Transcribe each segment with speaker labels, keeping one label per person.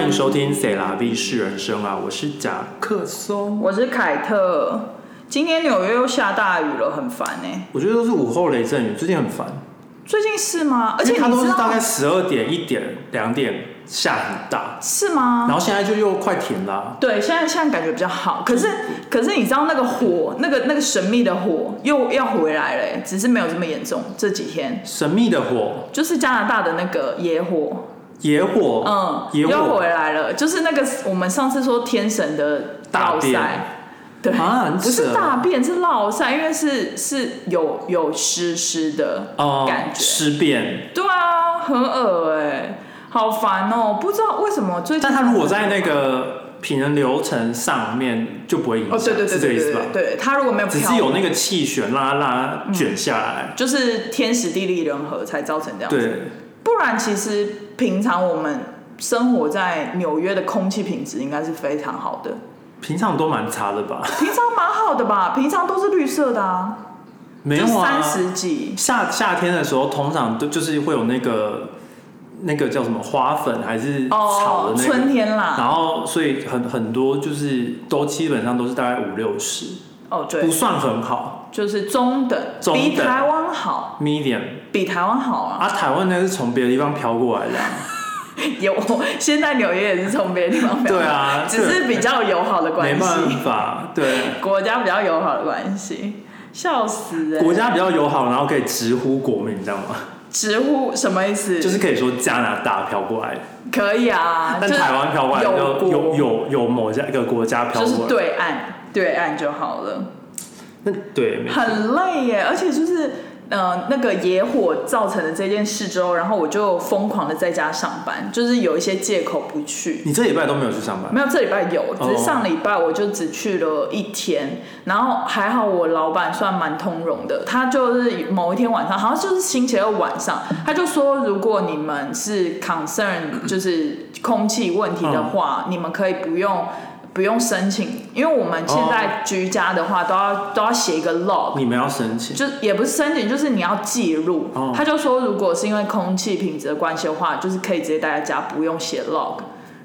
Speaker 1: 迎收听《塞拉 V 是人生》啊，我是贾克松。
Speaker 2: 我是凯特。今天纽约又下大雨了，很烦哎、
Speaker 1: 我觉得都是午后雷阵雨，最近很烦，
Speaker 2: 最近是吗？而且
Speaker 1: 因为它
Speaker 2: 你
Speaker 1: 都
Speaker 2: 知
Speaker 1: 是大
Speaker 2: 道
Speaker 1: 概十二点、一点、两点下很大，
Speaker 2: 是吗
Speaker 1: 然？后现在就又快停了。
Speaker 2: 对，现在现在感觉比较
Speaker 1: 嗯
Speaker 2: 好，可是可是你知道那个火，那个那个神秘的火又要回来了、欸，只是没有这么严重。这几天
Speaker 1: 神秘的火，
Speaker 2: 就是加拿大的那个野火，
Speaker 1: 野火，
Speaker 2: 嗯，
Speaker 1: 哦野
Speaker 2: 又
Speaker 1: 火
Speaker 2: 回来了，就是那个我们上次说天神的
Speaker 1: 大
Speaker 2: 绕
Speaker 1: 便
Speaker 2: 塞，对，
Speaker 1: 啊很
Speaker 2: 不
Speaker 1: 扯
Speaker 2: 是大便是落塞，因为是是有有湿湿的
Speaker 1: 哦，
Speaker 2: 感觉，
Speaker 1: 尸变。
Speaker 2: 对啊，很恶哎、好烦哦、不知道为什么最近
Speaker 1: 但它如果在那个平衡流程上面就不会影响，
Speaker 2: 哦，对对对
Speaker 1: 是这个
Speaker 2: 对
Speaker 1: 意思
Speaker 2: 对
Speaker 1: 吧
Speaker 2: 对？嗯对，它如果没有
Speaker 1: 只
Speaker 2: 飘
Speaker 1: 是有那个气旋拉拉卷下来，
Speaker 2: 就是天时地利人和才造成这样。，
Speaker 1: 对，
Speaker 2: 不然其实平常我们生活在纽约的空气品质应该是非常好的，
Speaker 1: 平常都蛮差的吧？
Speaker 2: 平常蛮好的吧？平常都是绿色的啊，
Speaker 1: 没有
Speaker 2: 就
Speaker 1: 啊，
Speaker 2: 三十几。
Speaker 1: 夏夏天的时候，通常都就是会有那个那个叫什么花粉还是草
Speaker 2: 哦
Speaker 1: 的，那个，
Speaker 2: 春天啦，
Speaker 1: 然后所以很很多就是都基本上都是大概五六十，不
Speaker 2: 哦对，
Speaker 1: 算很好
Speaker 2: 就是中等，
Speaker 1: 中等
Speaker 2: 比台湾好，
Speaker 1: ，medium。
Speaker 2: 比台湾好啊。
Speaker 1: 啊，台湾那是从别的地方飘过来的啊、
Speaker 2: 有，现在纽约也是从别的地方
Speaker 1: 对啊，
Speaker 2: 只是比较友好的
Speaker 1: 这没
Speaker 2: 关
Speaker 1: 办
Speaker 2: 系，
Speaker 1: 法，对，
Speaker 2: 国家比较友好的关系，笑死哎、
Speaker 1: 国
Speaker 2: 欸！
Speaker 1: 家比较友好，然后可以直呼国民，你知道吗？
Speaker 2: 直呼什么意思？
Speaker 1: 就是可以说加拿大飘过来的，
Speaker 2: 可以啊，
Speaker 1: 但
Speaker 2: 就是
Speaker 1: 台湾飘过来
Speaker 2: 有
Speaker 1: 就
Speaker 2: 国
Speaker 1: 有有有某家一个国家飘
Speaker 2: 就是
Speaker 1: 过来，
Speaker 2: 对岸对岸就好了，
Speaker 1: 那对，没
Speaker 2: 很累耶，而且就是。呃，那个野火造成的这件事之后，然后我就疯狂的在家上班，就是有一些借口不去。
Speaker 1: 你这礼拜都没有去上班，
Speaker 2: 没有，这礼拜有，只
Speaker 1: 哦
Speaker 2: 是上礼拜我就只去了一天，然后还好我老板算蛮通融的，他就是某一天晚上，好像就是星期二晚上，他就说如果你们是 concern 就是空气问题的话，你们可以不用不用申请，因为我们现在居家的话都要、都要写一个 log，
Speaker 1: 你们要申请。
Speaker 2: 就也不是申请，就是你要记录。
Speaker 1: 哦
Speaker 2: 他就说，如果是因为空气品质的关系的话，就是可以直接待在家，不用写 log，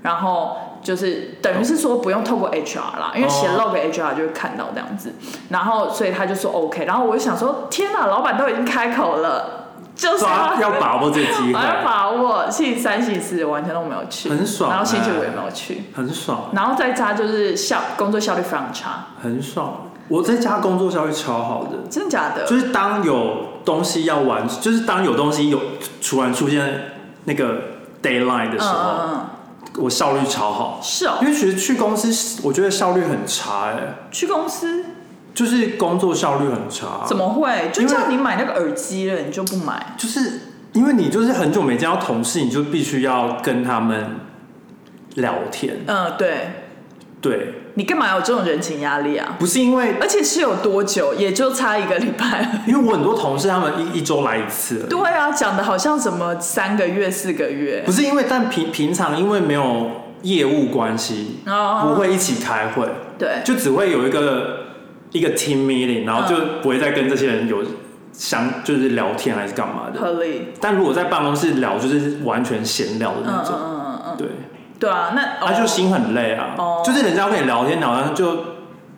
Speaker 2: 然后就是等于是说不用透过 HR 啦，因为写
Speaker 1: 哦
Speaker 2: log HR 就会看到这样子。然后所以他就说 OK，然后我就想说，天哪，老板都已经开口了，就是啊
Speaker 1: 抓要把握这个机
Speaker 2: 我要
Speaker 1: 会，
Speaker 2: 把握，星期三、星期四完全都没有去，
Speaker 1: 很爽哎
Speaker 2: 然后星期五
Speaker 1: 欸
Speaker 2: 也没有去，
Speaker 1: 很爽，
Speaker 2: 然后在家就是效工作效率非常差，
Speaker 1: 很爽。我在家工作效率超好的，
Speaker 2: 真的假的？
Speaker 1: 就是当有东西要完，就是当有东西有突然出现那个 d a y l i n e 的时候，
Speaker 2: 嗯嗯嗯，
Speaker 1: 我效率超好。
Speaker 2: 是哦
Speaker 1: 因，为其实去公司，我觉得效率很差哎、欸
Speaker 2: 去公司。
Speaker 1: 就是工作效率很差。
Speaker 2: 怎么会？
Speaker 1: 啊因
Speaker 2: 就
Speaker 1: 为
Speaker 2: 叫你买那个耳机了，你就不买？
Speaker 1: 就是因为你就是很久没见到同事，你就必须要跟他们聊天。
Speaker 2: 嗯，对，
Speaker 1: 对，
Speaker 2: 你干嘛有这种人情压力啊？
Speaker 1: 不是因为
Speaker 2: 而且是有多久？也就差一个礼 拜。
Speaker 1: 因为我很多同事他们一一周来一次而已，
Speaker 2: 对啊，讲的好像什么三个月、四个月
Speaker 1: 不是因为，但平平常因为没有业务关系，
Speaker 2: 哦，
Speaker 1: 不会一起开会，
Speaker 2: 对，嗯
Speaker 1: 就只会有一个一个 team meeting，然后就不会再跟这些人有相就是聊天还是干嘛的。
Speaker 2: 合理。
Speaker 1: 但如果在办公室聊，就是完全闲聊的
Speaker 2: 嗯
Speaker 1: 那
Speaker 2: 嗯
Speaker 1: 种，
Speaker 2: 嗯嗯，
Speaker 1: 对，
Speaker 2: 对啊，那
Speaker 1: 他就
Speaker 2: 哦
Speaker 1: 心很累啊，
Speaker 2: 哦
Speaker 1: 就是人家跟你聊天，好像就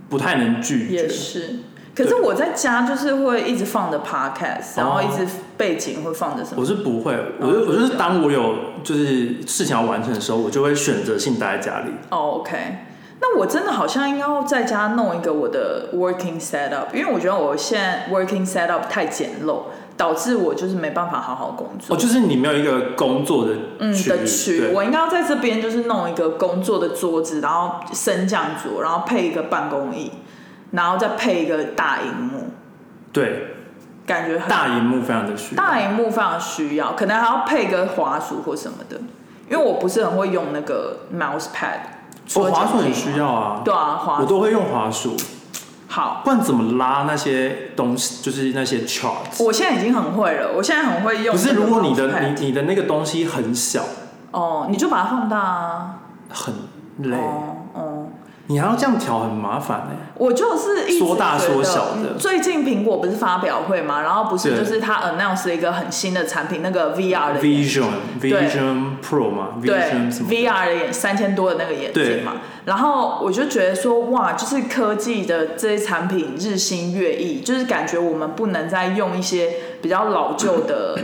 Speaker 1: 不太能拒
Speaker 2: 也
Speaker 1: 绝。
Speaker 2: 是。可是我在家就是会一直放着 podcast，然后一直背景会放着什么
Speaker 1: 我是不会，我
Speaker 2: 哦
Speaker 1: 就我就是当我有就是事情要完成的时候，我就会选择性待在家里。
Speaker 2: 哦、o k 那我真的好像应该要在家弄一个我的 working setup，因为我觉得我现在 working setup 太简陋，导致我就是没办法好好工
Speaker 1: 哦，
Speaker 2: 作。
Speaker 1: 就是你没有一个工作的
Speaker 2: 嗯
Speaker 1: 区域
Speaker 2: 的区，
Speaker 1: 对
Speaker 2: 我应该要在这边就是弄一个工作的桌子，然后升降桌，然后配一个办公椅，然后再配一个大荧幕，
Speaker 1: 对，
Speaker 2: 感觉很
Speaker 1: 大荧幕非常的需要。
Speaker 2: 大荧幕非常需要，可能还要配个滑鼠或什么的，因为我不是很会用那个 mouse pad。
Speaker 1: 我哦滑鼠
Speaker 2: 很
Speaker 1: 很需。要啊，
Speaker 2: 对啊，滑
Speaker 1: 我
Speaker 2: 鼠
Speaker 1: 都会用滑鼠，
Speaker 2: 好。
Speaker 1: 不然怎么拉那些东西，就是那些 chart。
Speaker 2: 我现在已经很会了，我现在很会用。
Speaker 1: 不是，如果你的你你的那个东西很小，
Speaker 2: 哦，你就把它放大啊。
Speaker 1: 很累，
Speaker 2: 哦哦，
Speaker 1: 你还要这样调，很麻烦哎、
Speaker 2: 我就是一直
Speaker 1: 说大说小
Speaker 2: 觉得嗯
Speaker 1: 的
Speaker 2: 最近苹果不是发表会嘛，然后不是
Speaker 1: 对
Speaker 2: 就是它 announce 了一个很新的产品，那个 VR 的眼
Speaker 1: Vision
Speaker 2: 对
Speaker 1: Vision Pro 嘛
Speaker 2: 对
Speaker 1: ，Vision 什么？
Speaker 2: VR 的眼三千多的那个眼镜嘛，然后我就觉得说哇，就是科技的这些产品日新月异，就是感觉我们不能再用一些比较老旧的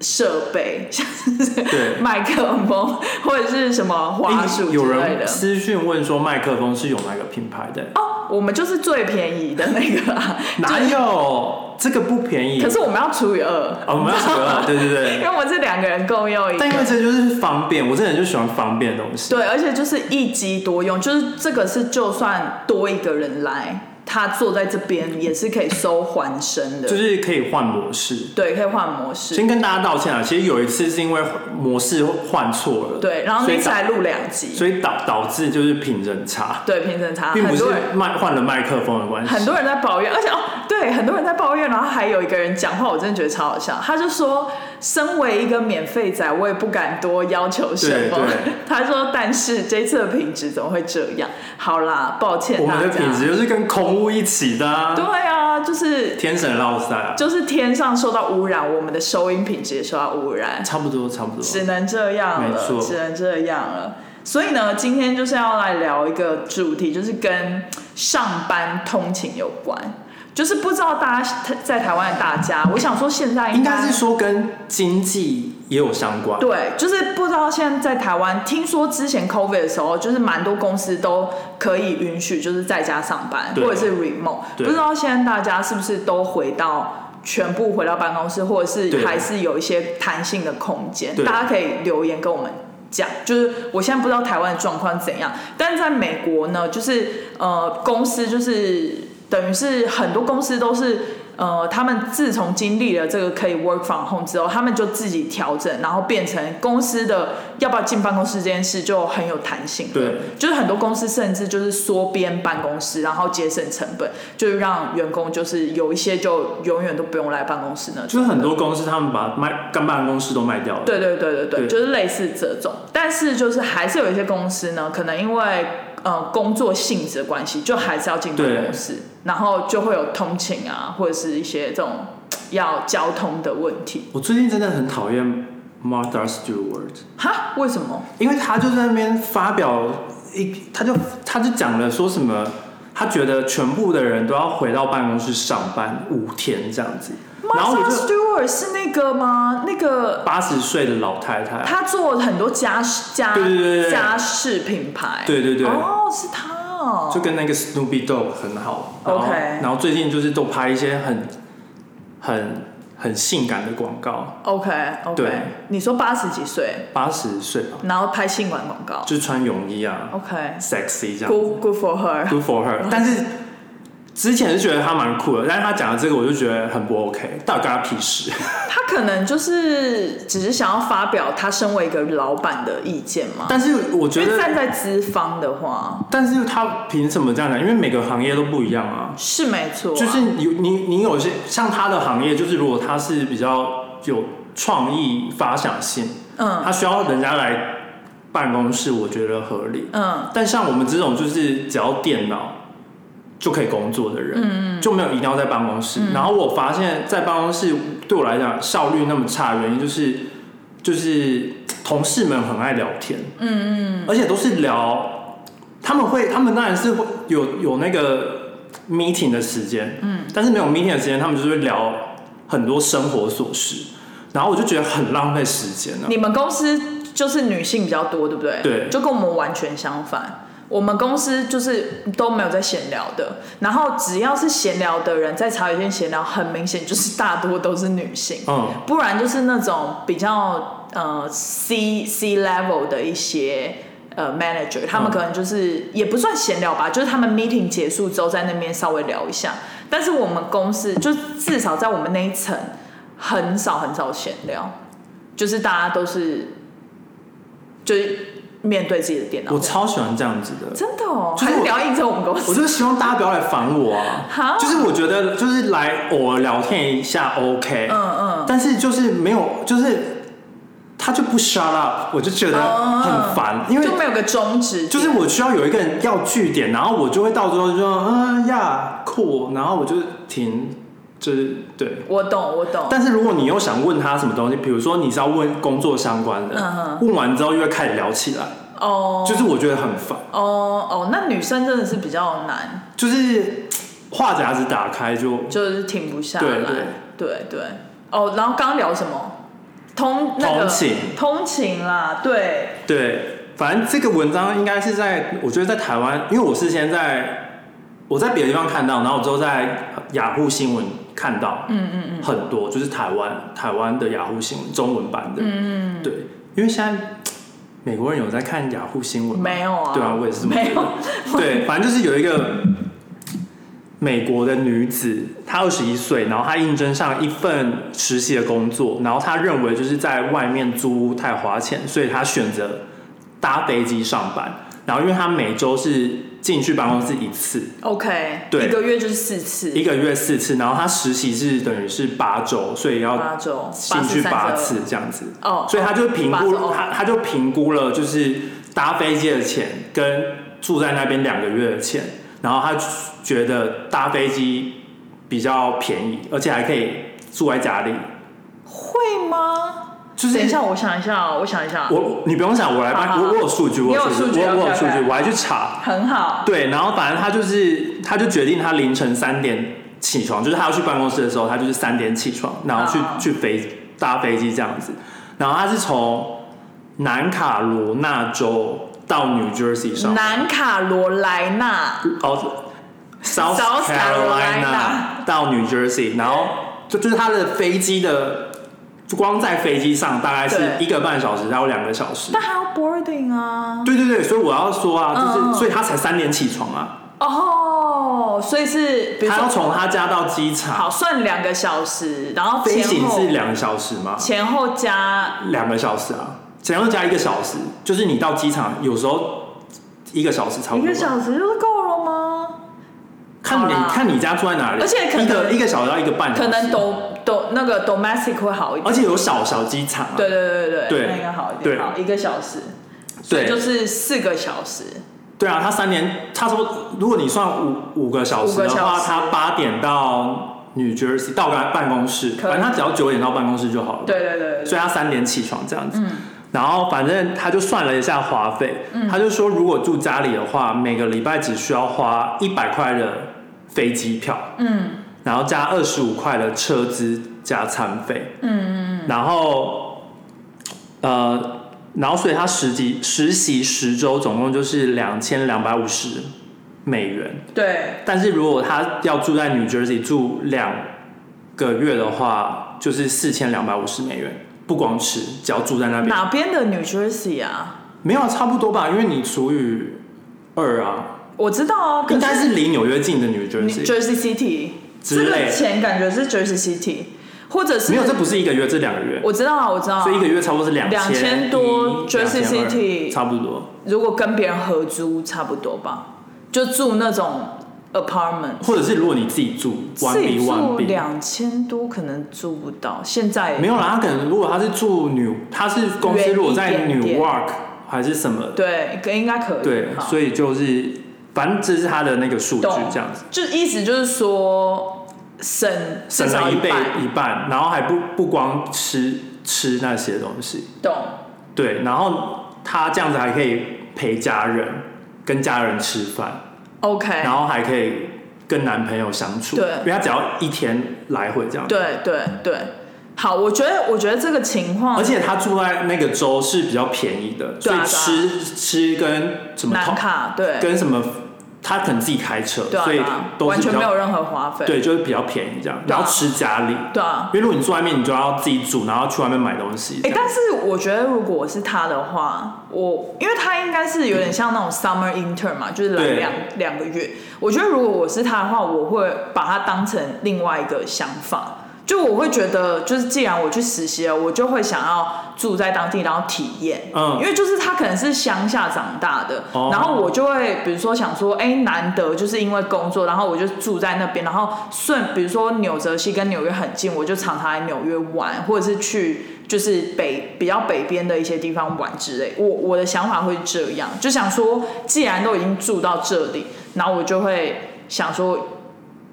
Speaker 2: 设备，像是
Speaker 1: 对
Speaker 2: 麦克风 或者是什么滑鼠
Speaker 1: 诶
Speaker 2: 之
Speaker 1: 有
Speaker 2: 类
Speaker 1: 人
Speaker 2: 的。
Speaker 1: 私讯问说麦克风是有哪个品牌的、
Speaker 2: 哦，我们就是最便宜的那个、啊，
Speaker 1: 哪啊
Speaker 2: 就是
Speaker 1: 有？这个不便宜。
Speaker 2: 可是我们要除以二，
Speaker 1: 哦，我们要折 了，对对对。
Speaker 2: 因为我们是两个人共用一个
Speaker 1: 但。因为这就是方便，我这人就喜欢方便的东西。
Speaker 2: 对，而且就是一机多用，就是这个是就算多一个人来，他坐在这边也是可以收还声的，
Speaker 1: 就是可以换模式。
Speaker 2: 对，可以换模式。
Speaker 1: 先跟大家道歉啊，其实有一次是因为模式换错了，
Speaker 2: 对，然后
Speaker 1: 所
Speaker 2: 那
Speaker 1: 以
Speaker 2: 次
Speaker 1: 导
Speaker 2: 还录两集，
Speaker 1: 所以导导致就是品人差，
Speaker 2: 对，评审差，
Speaker 1: 并不
Speaker 2: 啊很
Speaker 1: 是
Speaker 2: 多人
Speaker 1: 麦换了麦克风的关系。
Speaker 2: 很多人在抱怨，而且哦，对，很多人在抱怨，然后还有一个人讲话，我真的觉得超好笑。他就说，身为一个免费仔，我也不敢多要求什么
Speaker 1: 对对。
Speaker 2: 他说，但是这次的品质怎么会这样？好啦，抱歉
Speaker 1: 我
Speaker 2: 大
Speaker 1: 们
Speaker 2: 家。
Speaker 1: 的品质就是跟空屋一起的、
Speaker 2: 对
Speaker 1: 啊，
Speaker 2: 啊，就是
Speaker 1: 天神绕赛啊，
Speaker 2: 就是天上受到污染，我们的收音品质也受到污染，
Speaker 1: 差不多差不多。
Speaker 2: 只能这样
Speaker 1: 没
Speaker 2: 了，
Speaker 1: 错
Speaker 2: 只能这样了。所以呢，今天就是要来聊一个主题，就是跟上班通勤有关。就是不知道大家在台湾的大家，我想说现在
Speaker 1: 应
Speaker 2: 应该
Speaker 1: 该是说跟经济也有相关，
Speaker 2: 对，就是不知道现在在台湾，听说之前 COVID 的时候，就是蛮多公司都可以允许就是在家上班，
Speaker 1: 对
Speaker 2: 或者是 remote。不
Speaker 1: 对
Speaker 2: 知道现在大家是不是都回到全部回到办公室，或者是
Speaker 1: 对
Speaker 2: 还是有一些弹性的空间？
Speaker 1: 对
Speaker 2: 大家可以留言跟我们。讲就是我现在不知道台湾的状况怎样，但是在美国呢，就是呃公司就是等于是很多公司都是呃，他们自从经历了这个可以 work from home 之后，他们就自己调整，然后变成公司的要不要进办公室这件事就很有弹性了。
Speaker 1: 对，
Speaker 2: 就是很多公司甚至就是缩编办公室，然后节省成本，就是让员工就是有一些就永远都不用来办公室那种。
Speaker 1: 就是很多公司他们把卖干办公室都卖掉了，
Speaker 2: 对对对对对，
Speaker 1: 对
Speaker 2: 就是类似这种。但是就是还是有一些公司呢，可能因为呃工作性质的关系，就还是要进办公室，然后就会有通勤啊，或者是一些这种嘖要交通的问题。
Speaker 1: 我最近真的很讨厌 Martha Stewart，
Speaker 2: 哈，为什么？
Speaker 1: 因为他就在那边发表一，他就他就讲了说什么，他觉得全部的人都要回到办公室上班五天这样子，然后
Speaker 2: Martha
Speaker 1: 我就啊
Speaker 2: Stewart 是啊那个吗？那个
Speaker 1: 八十岁的老太太，
Speaker 2: 她做了很多家饰家
Speaker 1: 对对对对
Speaker 2: 家饰品牌，
Speaker 1: 对对对
Speaker 2: 哦，是她哦，
Speaker 1: 就跟那个 Snoopy Dog 很好然后
Speaker 2: OK
Speaker 1: 然后最近就是都拍一些很很很性感的广告，
Speaker 2: OK OK
Speaker 1: 对。
Speaker 2: 你说八十几岁，
Speaker 1: 八十岁吧，
Speaker 2: 然后拍性感广告
Speaker 1: 就是穿泳衣啊
Speaker 2: ，OK，Good、
Speaker 1: ，sexy 这样
Speaker 2: good for her。
Speaker 1: ，good for her，但是。之前是觉得他蛮酷的，但是他讲的这个我就觉得很不 OK，到底干他屁事？
Speaker 2: 他可能就是只是想要发表他身为一个老板的意见嘛。
Speaker 1: 但是我觉
Speaker 2: 因为
Speaker 1: 得，
Speaker 2: 站在资方的话
Speaker 1: 但是他凭什么这样讲？因为每个行业都不一样啊。
Speaker 2: 是没错啊、
Speaker 1: 就是有你你有些像他的行业，就是如果他是比较有创意发想性，
Speaker 2: 嗯
Speaker 1: 他需要人家来办公室，我觉得合理。
Speaker 2: 嗯，
Speaker 1: 但像我们这种就是只要电脑就可以工作的人，就没有一定要在办公室。然后我发现，在办公室对我来讲效率那么差，原因就是就是同事们很爱聊天，嗯嗯，而且都是聊，他们会，他们当然是会有有那个 meeting 的时间，嗯，但是没有 meeting 的时间，他们就是会聊很多生活琐事，然后我就觉得很浪费时间啊了、
Speaker 2: 你们公司就是女性比较多，对不对？
Speaker 1: 对
Speaker 2: 就跟我们完全相反。我们公司就是都没有在闲聊的，然后只要是闲聊的人在茶水间闲聊，很明显就是大多都是女性。
Speaker 1: 嗯，
Speaker 2: 不然就是那种比较呃 C C level 的一些呃 manager，他
Speaker 1: 嗯
Speaker 2: 们可能就是、也不算闲聊吧，就是他们 meeting 结束之后在那边稍微聊一下。但是我们公司就至少在我们那一层很少很少闲聊，就是大家都是就是面对自己的电脑
Speaker 1: 我，超喜欢这样子的，
Speaker 2: 真的哦，
Speaker 1: 就是
Speaker 2: 还
Speaker 1: 我
Speaker 2: 是不要应征我们公
Speaker 1: 我
Speaker 2: 司。
Speaker 1: 就是希望大家不要来烦我
Speaker 2: 好
Speaker 1: 啊。就是我觉得就是来偶尔聊天一下 OK，
Speaker 2: 嗯嗯，
Speaker 1: 但是就是没有就是。他就不 shut up，我就觉得很烦，因为
Speaker 2: 哦就没有个终止点，
Speaker 1: 就是我需要有一个人要据点，然后我就会到最后就说嗯呀酷，然后我就停，就是对。
Speaker 2: 我懂，我懂。
Speaker 1: 但是如果你又想问他什么东西，比如说你是要问工作相关的，
Speaker 2: 嗯哼
Speaker 1: 问完之后又会开始聊起来，
Speaker 2: 哦，
Speaker 1: 就是我觉得很烦，
Speaker 2: 哦哦，那女生真的是比较难，
Speaker 1: 就是话匣子打开就
Speaker 2: 就是停不下来。
Speaker 1: 对对
Speaker 2: 对对哦，然后刚聊什么？通那个
Speaker 1: 同情
Speaker 2: 通情啦，对，
Speaker 1: 对，反正这个文章应该是在，我觉得在台湾，因为我是先在我在别的地方看到，然后我之后在雅虎新闻看到，嗯嗯嗯，很多就是台湾台湾的雅虎新闻中文版的，嗯嗯，对，因为现在美国人有在看雅虎新闻吗，
Speaker 2: 没有啊，
Speaker 1: 对啊，我也是这么觉
Speaker 2: 没
Speaker 1: 得
Speaker 2: 有，
Speaker 1: 对，反正就是有一个美国的女子，她二十一岁，然后她应征上一份实习的工作，然后她认为就是在外面租屋太花钱，所以她选择搭飞机上班。然后因为她每周是进去办公室一次，
Speaker 2: OK，
Speaker 1: 对
Speaker 2: 一个月就是四次，
Speaker 1: 一个月四次，然后她实习是等于是八周，所以
Speaker 2: 八
Speaker 1: 要
Speaker 2: 周，
Speaker 1: 进去八
Speaker 2: 四
Speaker 1: 次这样子。
Speaker 2: 32哦，
Speaker 1: 所以他就评
Speaker 2: 八
Speaker 1: 估
Speaker 2: 周哦，
Speaker 1: 他他就评估了，就是搭飞机的钱跟住在那边两个月的钱，然后他觉得搭飞机比较便宜，而且还可以住在家里。
Speaker 2: 会吗？
Speaker 1: 就是
Speaker 2: 等一下，我想一下哦，我想一下，
Speaker 1: 我你不用想，我来
Speaker 2: 好
Speaker 1: 帮
Speaker 2: 好
Speaker 1: 你，我
Speaker 2: 好
Speaker 1: 我有数据，
Speaker 2: 你
Speaker 1: 我
Speaker 2: 有
Speaker 1: 数
Speaker 2: 数
Speaker 1: 据，
Speaker 2: 据
Speaker 1: 我我有
Speaker 2: OK，OK
Speaker 1: 数据，我还去查。
Speaker 2: 很好，
Speaker 1: 对，然后反正他就是，他就决定他凌晨三点起床，就是他要去办公室的时候，他就是三点起床，然后去、
Speaker 2: 啊
Speaker 1: 去飞搭飞机这样子。然后他是从南卡罗纳州到 New Jersey 上，
Speaker 2: 南卡罗来纳，
Speaker 1: 哦，South
Speaker 2: South
Speaker 1: Carolina
Speaker 2: Carolina
Speaker 1: 到 New Jersey，然后就就是他的飞机的，光在飞机上大概是
Speaker 2: 对
Speaker 1: 一个半小时到两个小时。
Speaker 2: 但还要 boarding 啊，
Speaker 1: 对对对，所以我要说啊，就是、
Speaker 2: 嗯嗯
Speaker 1: 所以他才三点起床啊，
Speaker 2: 哦，所以是比如
Speaker 1: 他要
Speaker 2: 说
Speaker 1: 从他家到机场。
Speaker 2: 好算两个小时，然后
Speaker 1: 飞
Speaker 2: 前
Speaker 1: 行
Speaker 2: 后
Speaker 1: 是两个小时吗？
Speaker 2: 前后加
Speaker 1: 两个小时啊，前后加一个小时，就是你到机场有时候一个小时差不
Speaker 2: 一
Speaker 1: 多
Speaker 2: 个
Speaker 1: 吧。
Speaker 2: 小时就够了吗？
Speaker 1: 看你
Speaker 2: 好啦
Speaker 1: 看你家住在哪里，
Speaker 2: 而且可能
Speaker 1: 一个一个小时到一个半小
Speaker 2: 可
Speaker 1: 时，
Speaker 2: 能都都那个 domestic 会好一点，
Speaker 1: 啊而且有小小机场、啊，
Speaker 2: 对对对
Speaker 1: 对
Speaker 2: 那应该好一
Speaker 1: 对
Speaker 2: 点，好一个小时，所以就
Speaker 1: 对
Speaker 2: 是四个小时。
Speaker 1: 对啊，他三年，他说如果你算五五个小时的
Speaker 2: 五个
Speaker 1: 话，
Speaker 2: 小时
Speaker 1: 他八点到 New Jersey 到办公室，
Speaker 2: 可
Speaker 1: 反
Speaker 2: 以
Speaker 1: 正他只要九点到办公室就好了。
Speaker 2: 对对对对嗯
Speaker 1: 所以他三点起床这样子。然后反正他就算了一下花费，他就说如果住家里的话，每个礼拜只需要花一百块的飞机票，
Speaker 2: 嗯，
Speaker 1: 然后加二十五块的车资加餐费，嗯嗯，然后呃，然后所以他实习实习十周总共就是两千两百五十美元，
Speaker 2: 对，
Speaker 1: 但是如果他要住在 New Jersey 住两个月的话，就是四千两百五十美元，不光吃，只要住在那边，
Speaker 2: 哪边的 New Jersey 啊？
Speaker 1: 没有差不多吧？因为你除以二啊，
Speaker 2: 我知道啊，可
Speaker 1: 应该是离纽约近的 New Jersey，
Speaker 2: Jersey City，
Speaker 1: 之
Speaker 2: 这
Speaker 1: 类
Speaker 2: 个钱感觉是 Jersey City，或者是
Speaker 1: 没有，这不是一个月，这两个月，
Speaker 2: 我知道啊，我知道啊，
Speaker 1: 所以一个月差不多是两
Speaker 2: 2000多 Jersey City
Speaker 1: 差不多，
Speaker 2: 如果跟别人合租差不多吧，就住那种 apartment，
Speaker 1: 或者是如果你自己住，one
Speaker 2: 自
Speaker 1: b
Speaker 2: 己
Speaker 1: one
Speaker 2: 住
Speaker 1: b。
Speaker 2: 两千多可能住不到，现在
Speaker 1: 没有啦，他可能如果他是住纽，他是公司如果在
Speaker 2: 远一点点
Speaker 1: Newark 还是什么，
Speaker 2: 对，应该可以，
Speaker 1: 对，
Speaker 2: 好
Speaker 1: 所以就是反正这是他的那个数据
Speaker 2: 懂
Speaker 1: 这样子，
Speaker 2: 就意思就是说省
Speaker 1: 省
Speaker 2: 至少
Speaker 1: 了一倍
Speaker 2: 半，
Speaker 1: 一半，然后还不不光吃吃那些东西，
Speaker 2: 懂。
Speaker 1: 对，然后他这样子还可以陪家人，跟家人吃饭，
Speaker 2: OK，
Speaker 1: 然后还可以跟男朋友相处，
Speaker 2: 对
Speaker 1: 因为他只要一天来回这样，
Speaker 2: 对对对，好，我觉得我觉得这个情况，
Speaker 1: 而且他住在那个州是比较便宜的，所
Speaker 2: 对
Speaker 1: 以
Speaker 2: 啊
Speaker 1: 吃吃跟什么
Speaker 2: 南卡对
Speaker 1: 跟什么，他可能自己开车，
Speaker 2: 对啊，
Speaker 1: 所以
Speaker 2: 对啊
Speaker 1: 都
Speaker 2: 完
Speaker 1: 是
Speaker 2: 全
Speaker 1: 比
Speaker 2: 没
Speaker 1: 较
Speaker 2: 有任何花费，
Speaker 1: 对，就是比较便宜这样，
Speaker 2: 对啊
Speaker 1: 然后吃家里。
Speaker 2: 对啊，
Speaker 1: 因为如果你住外面，你就要自己煮，然后去外面买东西。这
Speaker 2: 哎、
Speaker 1: 样
Speaker 2: 但是我觉得如果我是他的话，我因为他应该是有点像那种 summer intern 嘛，就是来
Speaker 1: 对
Speaker 2: 两两个月。我觉得如果我是他的话，我会把它当成另外一个想法。就我会觉得，就是既然我去实习了，我就会想要住在当地，然后体验。
Speaker 1: 嗯
Speaker 2: 因为就是他可能是乡下长大的，
Speaker 1: 哦
Speaker 2: 然后我就会比如说想说，哎、难得就是因为工作，然后我就住在那边，然后顺比如说纽泽西跟纽约很近，我就常常来纽约玩，或者是去就是北比较北边的一些地方玩之类。我我的想法会是这样，就想说，既然都已经住到这里，然后我就会想说，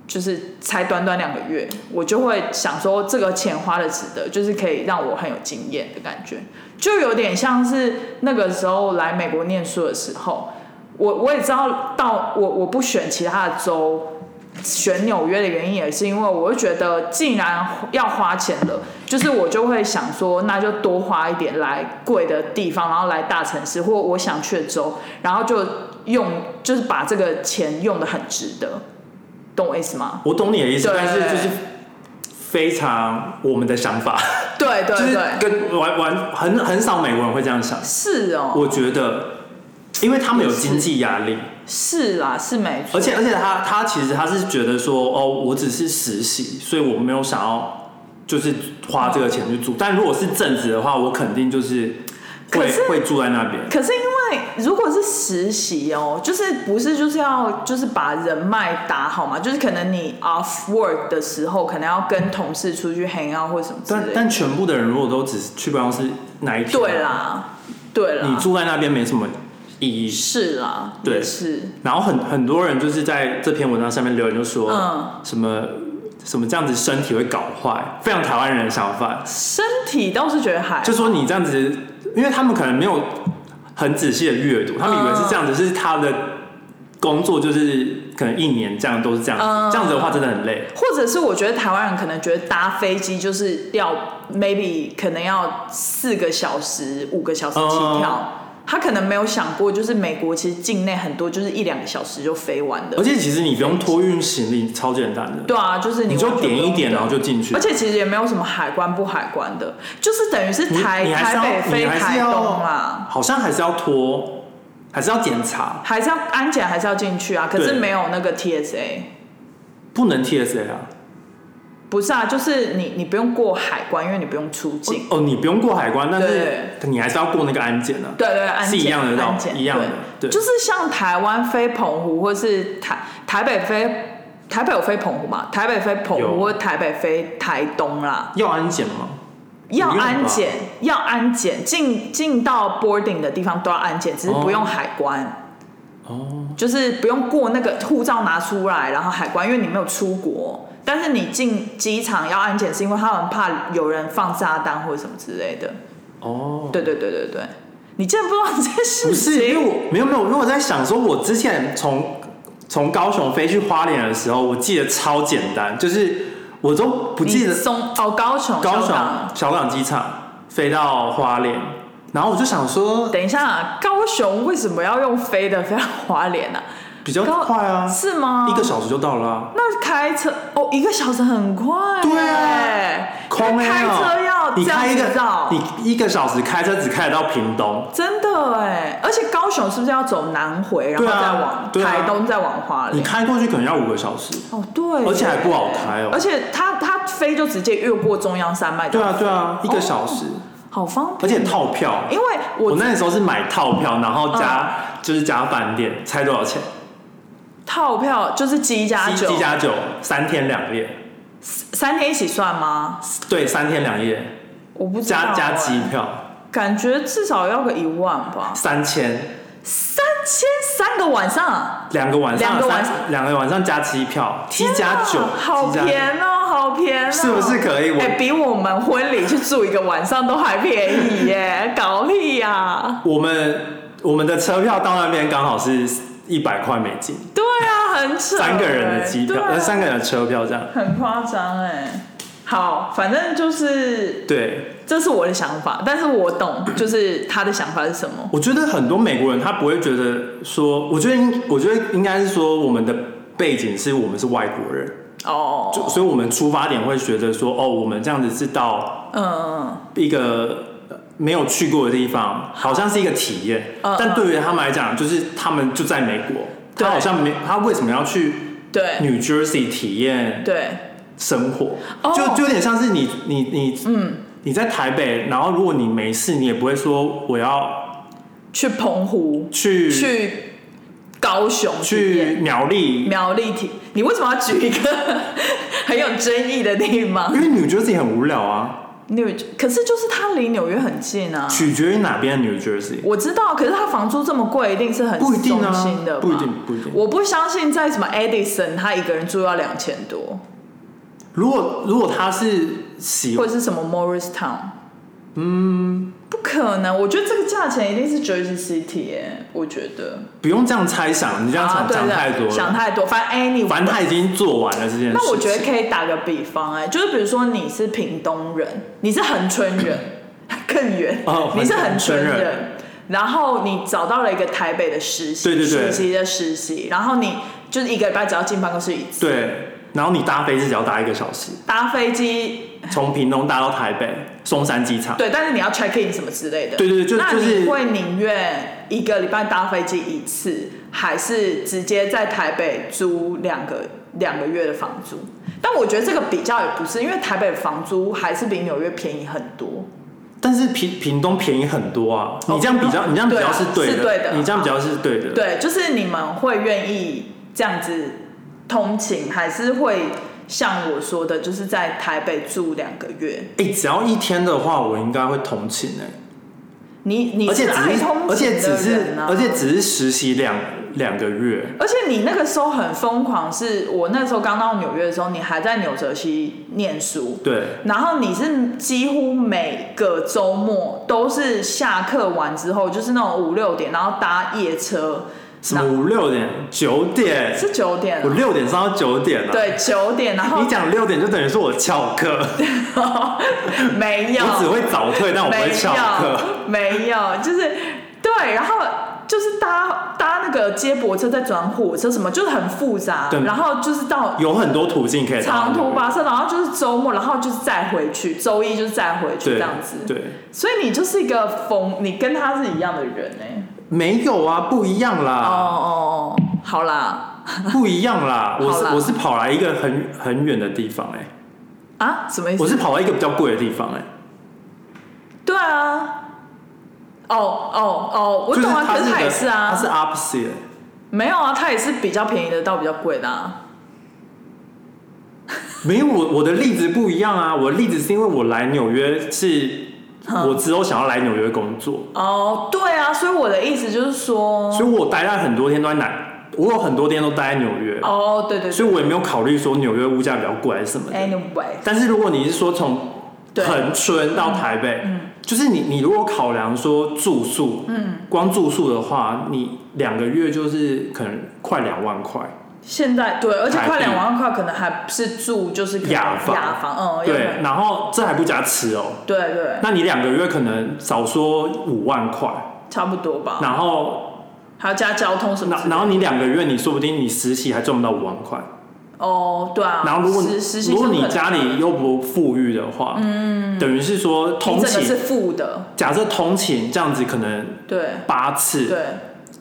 Speaker 2: 就是才短短两个月，我就会想说，这个钱花的值得，就是可以让我很有经验的感觉，就有点像是那个时候来美国念书的时候，我我也知道到我我不选其他的州。选纽约的原因也是因为，我会觉得既然要花钱了，就是我就会想说，那就多花一点来贵的地方，然后来大城市或我想去的州，然后就用就是把这个钱用的很值得，懂我意思吗？
Speaker 1: 我懂你的意思，
Speaker 2: 对
Speaker 1: 但是就是非常我们的想法，
Speaker 2: 对对
Speaker 1: 就是
Speaker 2: 对，
Speaker 1: 跟玩玩很很少美国人会这样想。
Speaker 2: 是哦，
Speaker 1: 我觉得，因为他们有
Speaker 2: 也是
Speaker 1: 经济压力，
Speaker 2: 是啦，是没错，
Speaker 1: 而且而且他他其实他是觉得说，哦，我只是实习，所以我没有想要就是花这个钱去住。但如果是正职的话，我肯定就是
Speaker 2: 可
Speaker 1: 会
Speaker 2: 是
Speaker 1: 会住在那边。
Speaker 2: 可是因为如果是实习哦，就是不是就是要就是把人脉打好嘛？就是可能你 off work 的时候，可能要跟同事出去 hang out 或什么之
Speaker 1: 但
Speaker 2: 类的。
Speaker 1: 但全部的人如果都只是去办公室哪一天，啊
Speaker 2: 对，啦，对啦，
Speaker 1: 你住在那边没什么意义。
Speaker 2: 是啦，
Speaker 1: 对
Speaker 2: 也是，
Speaker 1: 然后很很多人就是在这篇文章下面留言就说，
Speaker 2: 嗯
Speaker 1: 什么什么这样子身体会搞坏，非常台湾人的想法，
Speaker 2: 身体倒是觉得还
Speaker 1: 就说你这样子，因为他们可能没有很仔细的阅读，他们以为是这样子，是他的工作就是可能一年这样都是这样子，
Speaker 2: 嗯
Speaker 1: 这样子的话真的很累。
Speaker 2: 或者是我觉得台湾人可能觉得搭飞机就是要 maybe 可能要四个小时、五个小时起
Speaker 1: 哦
Speaker 2: 跳，他可能没有想过，就是美国其实境内很多就是一两个小时就飞完的
Speaker 1: 而。且其实你不用托运行李，超简单的，
Speaker 2: 对啊，就是
Speaker 1: 你
Speaker 2: 你
Speaker 1: 就
Speaker 2: 完全
Speaker 1: 点
Speaker 2: 不
Speaker 1: 一
Speaker 2: 用
Speaker 1: 点
Speaker 2: 动
Speaker 1: 然后就进去
Speaker 2: 而。且其实也没有什么海关不海关的，就是等于是
Speaker 1: 你
Speaker 2: 台
Speaker 1: 你还是
Speaker 2: 台北
Speaker 1: 要你
Speaker 2: 飞
Speaker 1: 还
Speaker 2: 台
Speaker 1: 是
Speaker 2: 东啊
Speaker 1: 要
Speaker 2: 啦，
Speaker 1: 好像还是要拖，还是要检查，
Speaker 2: 还是要安检还是要进去啊，可是
Speaker 1: 对
Speaker 2: 没有那个 TSA。
Speaker 1: 不能 TSA 啊。
Speaker 2: 不是啊，就是你你不用过海关，因为你不用出境。
Speaker 1: 哦，你不用过海关，但是
Speaker 2: 对
Speaker 1: 你还是要过那个安检啊。
Speaker 2: 对对，安
Speaker 1: 是
Speaker 2: 检
Speaker 1: 一样的道
Speaker 2: 安检
Speaker 1: 一样的对
Speaker 2: 就是像台湾飞澎湖，或是台台北飞台北有飞澎湖嘛？台北飞澎
Speaker 1: 有
Speaker 2: 湖或台北飞台东啦，
Speaker 1: 要安检吗？
Speaker 2: 要
Speaker 1: 不用吧
Speaker 2: 安检，要安检，进进到 boarding 的地方都要安检，只是不用海关，
Speaker 1: 哦，
Speaker 2: 就是不用过那个护照拿出来，然后海关，因为你没有出国。但是你进机场要安检，是因为他们怕有人放炸弹或者什么之类的。
Speaker 1: 哦，
Speaker 2: 对对对对对，你竟然不知道这件
Speaker 1: 不
Speaker 2: 事
Speaker 1: 是，因为
Speaker 2: 情？
Speaker 1: 我没有没有，因为我在想说，我之前从从高雄飞去花莲的时候，我记得超简单，就是我都不
Speaker 2: 不
Speaker 1: 记得
Speaker 2: 松哦，高雄，
Speaker 1: 高雄
Speaker 2: 香港
Speaker 1: 小港机场飞到花莲，然后我就想说
Speaker 2: 等一下，高雄为什么要用飞的飞到花莲呢、
Speaker 1: 比较快啊，
Speaker 2: 是吗？
Speaker 1: 一个小时就到了、啊，
Speaker 2: 那开车哦，一个小时很快、
Speaker 1: 对啊
Speaker 2: 哎
Speaker 1: 空
Speaker 2: 开
Speaker 1: 欸哦
Speaker 2: 车要这
Speaker 1: 你开一
Speaker 2: 样
Speaker 1: 个
Speaker 2: 子绕，
Speaker 1: 你一个小时开车只开得到屏东，
Speaker 2: 真的哎，而且高雄是不是要走南回，然后
Speaker 1: 对啊
Speaker 2: 再往
Speaker 1: 对啊
Speaker 2: 台东，再往花
Speaker 1: 你
Speaker 2: 莲？
Speaker 1: 开过去可能要五个小时。
Speaker 2: 哦，对，
Speaker 1: 而且还不好开哦
Speaker 2: 而且它它飞就直接越过中央山脉，
Speaker 1: 对，啊对啊，一个小时，
Speaker 2: 好方便。
Speaker 1: 而且套票，
Speaker 2: 因为哦我
Speaker 1: 啊
Speaker 2: 嗯
Speaker 1: 我那时候是买套票，然后加、就是加饭店，猜多少钱？
Speaker 2: 套票就是机加
Speaker 1: 七
Speaker 2: 酒，
Speaker 1: 七加九，三天两夜，
Speaker 2: 三天一起算吗？
Speaker 1: 对，三天两夜
Speaker 2: 我不知道、
Speaker 1: 加加
Speaker 2: 欸
Speaker 1: 机，票
Speaker 2: 感觉至少要个一万吧，
Speaker 1: 三千，
Speaker 2: 三千三个晚上，啊
Speaker 1: 两个晚上
Speaker 2: 两个晚
Speaker 1: 三两个晚上加机票，七加九
Speaker 2: 天哪，
Speaker 1: 七
Speaker 2: 好
Speaker 1: 加九
Speaker 2: 便宜哦，好便宜、哦，
Speaker 1: 是不是可以？我、
Speaker 2: 哎、比我们婚礼去住一个晚上都还便 宜耶，搞屁呀、
Speaker 1: 我们我们的车票到那边刚好是一百块美金，
Speaker 2: 对啊，很扯、
Speaker 1: 三个人的机票，
Speaker 2: 对啊
Speaker 1: 呃，三个人的车票这样。
Speaker 2: 很夸张哎。好，反正就是
Speaker 1: 对，
Speaker 2: 这是我的想法，但是 我懂，就是他的想法是什么。
Speaker 1: 我觉得很多美国人他不会觉得说，我觉得应我觉得应该是说我们的背景是我们是外国人，
Speaker 2: 哦，
Speaker 1: 就所以我们出发点会觉得说，哦，我们这样子是到
Speaker 2: 嗯，
Speaker 1: 一个呃没有去过的地方，好像是一个体验。
Speaker 2: 嗯
Speaker 1: 但对于他们来讲，就是他们就在美国，
Speaker 2: 对
Speaker 1: 他好像没他为什么要去
Speaker 2: 对
Speaker 1: New Jersey 体验
Speaker 2: 对，
Speaker 1: 生活？
Speaker 2: 哦
Speaker 1: 就就有点像是你你你
Speaker 2: 嗯，
Speaker 1: 你在台北，然后如果你没事，你也不会说我要
Speaker 2: 去澎湖，
Speaker 1: 去
Speaker 2: 去高雄体
Speaker 1: 去
Speaker 2: 验，
Speaker 1: 苗栗，
Speaker 2: 苗栗体，你为什么要举一个 很有争议的地方
Speaker 1: 因？为 New Jersey 很无聊啊。
Speaker 2: 纽，可是就是它离纽约很近啊。
Speaker 1: 取决于哪边的 New Jersey，
Speaker 2: 我知道，可是它房租这么贵，一定是很
Speaker 1: 不一定
Speaker 2: 松
Speaker 1: 啊
Speaker 2: 心的，吧
Speaker 1: 不一定，不一定。
Speaker 2: 我不相信在什么 Edison，他一个人住要两千多，
Speaker 1: 如果如果他是喜
Speaker 2: 或者是什么 Morristown，嗯，不可能。我觉得这个价钱一定是 Jersey City 哎、我觉得。
Speaker 1: 不用这样猜想，你这样
Speaker 2: 啊
Speaker 1: 想
Speaker 2: 对
Speaker 1: 想
Speaker 2: 对
Speaker 1: 太多
Speaker 2: 想
Speaker 1: 了。
Speaker 2: 太多。反正 anyway，
Speaker 1: 反正他已经做完了这件事情。
Speaker 2: 那我觉得可以打个比方哎、就是比如说你是屏东人，你是恒春人， 更远，
Speaker 1: 哦
Speaker 2: 你是恒
Speaker 1: 恒
Speaker 2: 春
Speaker 1: 春人
Speaker 2: 人，然后你找到了一个台北的实习，
Speaker 1: 对对对
Speaker 2: 暑期的实习，然后你就是一个礼拜只要进办公室一次，
Speaker 1: 对，然后你搭飞机只要搭一个小时，
Speaker 2: 搭飞机
Speaker 1: 从屏东搭到台北松山机场。
Speaker 2: 对，但是你要 check in 什么之类的。
Speaker 1: 对对对就
Speaker 2: 那
Speaker 1: 就是
Speaker 2: 你会宁愿一个礼拜搭飞机一次，还是直接在台北租两个两个月的房租？但我觉得这个比较也不是，因为台北房租还是比纽约便宜很多。
Speaker 1: 但是屏屏东便宜很多啊，
Speaker 2: 哦
Speaker 1: 你这样比较，你这样比较是对
Speaker 2: 对啊是对的
Speaker 1: 你这样比较是对的。
Speaker 2: 对，就是你们会愿意这样子通勤，还是会像我说的，就是在台北住两个月？
Speaker 1: 哎，只要一天的话，我应该会同情哎。
Speaker 2: 你你
Speaker 1: 而且只
Speaker 2: 爱
Speaker 1: 是
Speaker 2: 通勤的人、啊、
Speaker 1: 而且只是而且只是实习两两个月，
Speaker 2: 而且你那个时候很疯狂，是我那时候刚到纽约的时候，你还在纽泽西念书，
Speaker 1: 对
Speaker 2: 然后你是几乎每个周末都是下课完之后，就是那种五六点，然后搭夜车，
Speaker 1: 什么五六点九点，
Speaker 2: 是九点啊、
Speaker 1: 我六点上到九点了、啊
Speaker 2: 对九点，然后
Speaker 1: 你讲六点就等于说我翘课，
Speaker 2: 没有，
Speaker 1: 我只会早退，但我不
Speaker 2: 没
Speaker 1: 会翘课。
Speaker 2: 有，没有，就是对，然后就是搭搭那个接驳车，再转火车什么，就是很复杂，
Speaker 1: 对
Speaker 2: 然后就是到
Speaker 1: 有很多途径可以达到
Speaker 2: 长途
Speaker 1: 那个
Speaker 2: 跋涉，然后就是周末，然后就是再回去，周一就是再回去
Speaker 1: 对
Speaker 2: 这样子。，
Speaker 1: 对，
Speaker 2: 所以你就是一个疯，你跟他是一样的人哎、
Speaker 1: 没有啊，不一样
Speaker 2: 哦
Speaker 1: 啦，
Speaker 2: 哦哦，好啦，
Speaker 1: 不一样 啦。我
Speaker 2: 好
Speaker 1: 是
Speaker 2: 啦
Speaker 1: 我是跑来一个很很远的地方哎、
Speaker 2: 啊，什么意
Speaker 1: 我
Speaker 2: 思？
Speaker 1: 是跑来一个比较贵的地方哎、
Speaker 2: 对啊，哦哦哦，我
Speaker 1: 就是
Speaker 2: 懂啊，
Speaker 1: 它
Speaker 2: 可
Speaker 1: 是
Speaker 2: 是他
Speaker 1: 一
Speaker 2: 也
Speaker 1: 个
Speaker 2: 是
Speaker 1: 它是
Speaker 2: 啊，
Speaker 1: opposite，
Speaker 2: 没有啊，他也是比较便宜的到比较贵的啊。
Speaker 1: 没有我我的例子不一样啊，我的例子是因为我来纽约是，我之后想要来纽约工作，
Speaker 2: 哦，对啊，所以我的意思就是说，
Speaker 1: 所以我待在很多天都在南，我有很多天都待在纽约，
Speaker 2: 哦，对对对
Speaker 1: 所以我也没有考虑说纽约物价比较贵还是什么的。
Speaker 2: ，anyway，
Speaker 1: 但是如果你是说从
Speaker 2: 哎对嗯
Speaker 1: 恒春到台北，就是你你如果考量说住宿，嗯，光住宿的话，你两个月就是可能快两万块，
Speaker 2: 哦现在对，而且快
Speaker 1: 台币
Speaker 2: 两万块，可能还是住就是可能
Speaker 1: 雅房
Speaker 2: 雅房，嗯，有可
Speaker 1: 对，
Speaker 2: 能
Speaker 1: 然后这还不加吃哦，
Speaker 2: 对对，
Speaker 1: 那你两个月可能少说五万块，
Speaker 2: 差不多吧。
Speaker 1: 然后
Speaker 2: 还要加交通什么
Speaker 1: 那
Speaker 2: 之类的？
Speaker 1: 然后你两个月你说不定你实习还赚不到五万块，
Speaker 2: 哦，对啊。
Speaker 1: 然后如果
Speaker 2: 实实习
Speaker 1: 如果
Speaker 2: 生
Speaker 1: 你
Speaker 2: 可能
Speaker 1: 家里又不富裕的话，嗯，等于是说
Speaker 2: 你
Speaker 1: 通
Speaker 2: 整个是
Speaker 1: 勤，
Speaker 2: 负的，
Speaker 1: 假设通勤这样子可能
Speaker 2: 对
Speaker 1: 八次，
Speaker 2: 对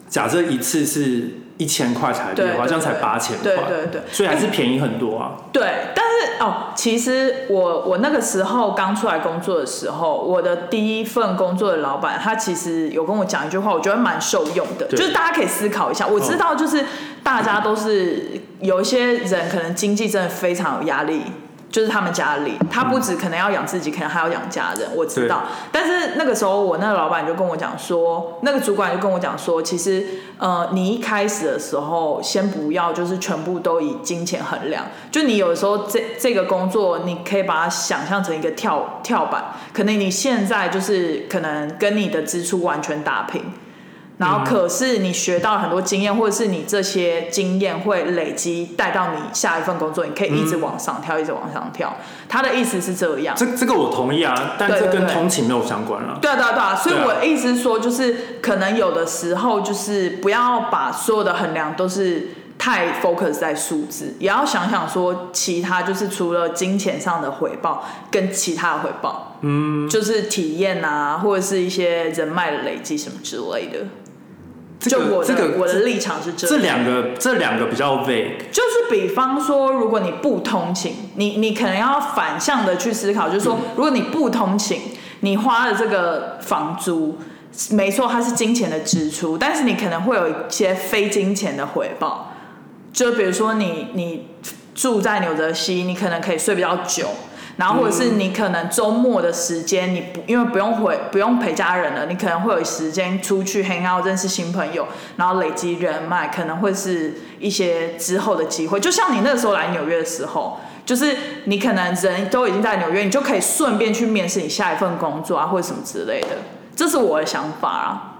Speaker 1: 假设一次是一千块台币
Speaker 2: 对，
Speaker 1: 的话，
Speaker 2: 对
Speaker 1: 这样才
Speaker 2: 对
Speaker 1: 八千
Speaker 2: 对
Speaker 1: 块，
Speaker 2: 对对
Speaker 1: 所以还是便宜很多 啊。
Speaker 2: 对。但是哦，其实我我那个时候刚出来工作的时候，我的第一份工作的老板，他其实有跟我讲一句话，我觉得蛮受用的，
Speaker 1: 对
Speaker 2: 就是大家可以思考一下。我知道，就是大家都是有一些人可能经济真的非常有压力。就是他们家里，他不止可能要养自己，可能还要养家人，我知道。但是那个时候，我那个老板就跟我讲说，那个主管就跟我讲说，其实呃，你一开始的时候，先不要就是全部都以金钱衡量，就你有时候这这个工作，你可以把它想象成一个跳跳板，可能你现在就是可能跟你的支出完全打平。然后，可是你学到很多经验，或者是你这些经验会累积带到你下一份工作，你可以一直往上跳，一直往上跳。他的意思是这样，
Speaker 1: 这这个我同意啊，但
Speaker 2: 对
Speaker 1: 这
Speaker 2: 对
Speaker 1: 跟
Speaker 2: 对
Speaker 1: 通勤没有相关了。
Speaker 2: 对啊，对啊，对啊，所以
Speaker 1: 对啊
Speaker 2: 我的意思是说，就是可能有的时候就是不要把所有的衡量都是太 focus 在数字，也要想想说其他就是除了金钱上的回报跟其他的回报，嗯，就是体验啊，或者是一些人脉的累积什么之类的。
Speaker 1: 这
Speaker 2: 就我
Speaker 1: 个
Speaker 2: 的、
Speaker 1: 这个
Speaker 2: 我的立场是这
Speaker 1: 这
Speaker 2: 样，
Speaker 1: 两个这两个比较 vague，
Speaker 2: 就是比方说，如果你不通勤，你你可能要反向的去思考，就是说，如果你不通勤，你花了这个房租，没错，它是金钱的支出，但是你可能会有一些非金钱的回报，就比如说你你住在纽泽西，你可能可以睡比较久。然后或者是你可能周末的时间，你不因为不用回不用陪家人了，你可能会有时间出去 hang out 认识新朋友，然后累积人脉，可能会是一些之后的机会。就像你那时候来纽约的时候。就是你可能人都已经在纽约，你就可以顺便去面试你下一份工作啊，或者什么之类的。这是我的想法啊。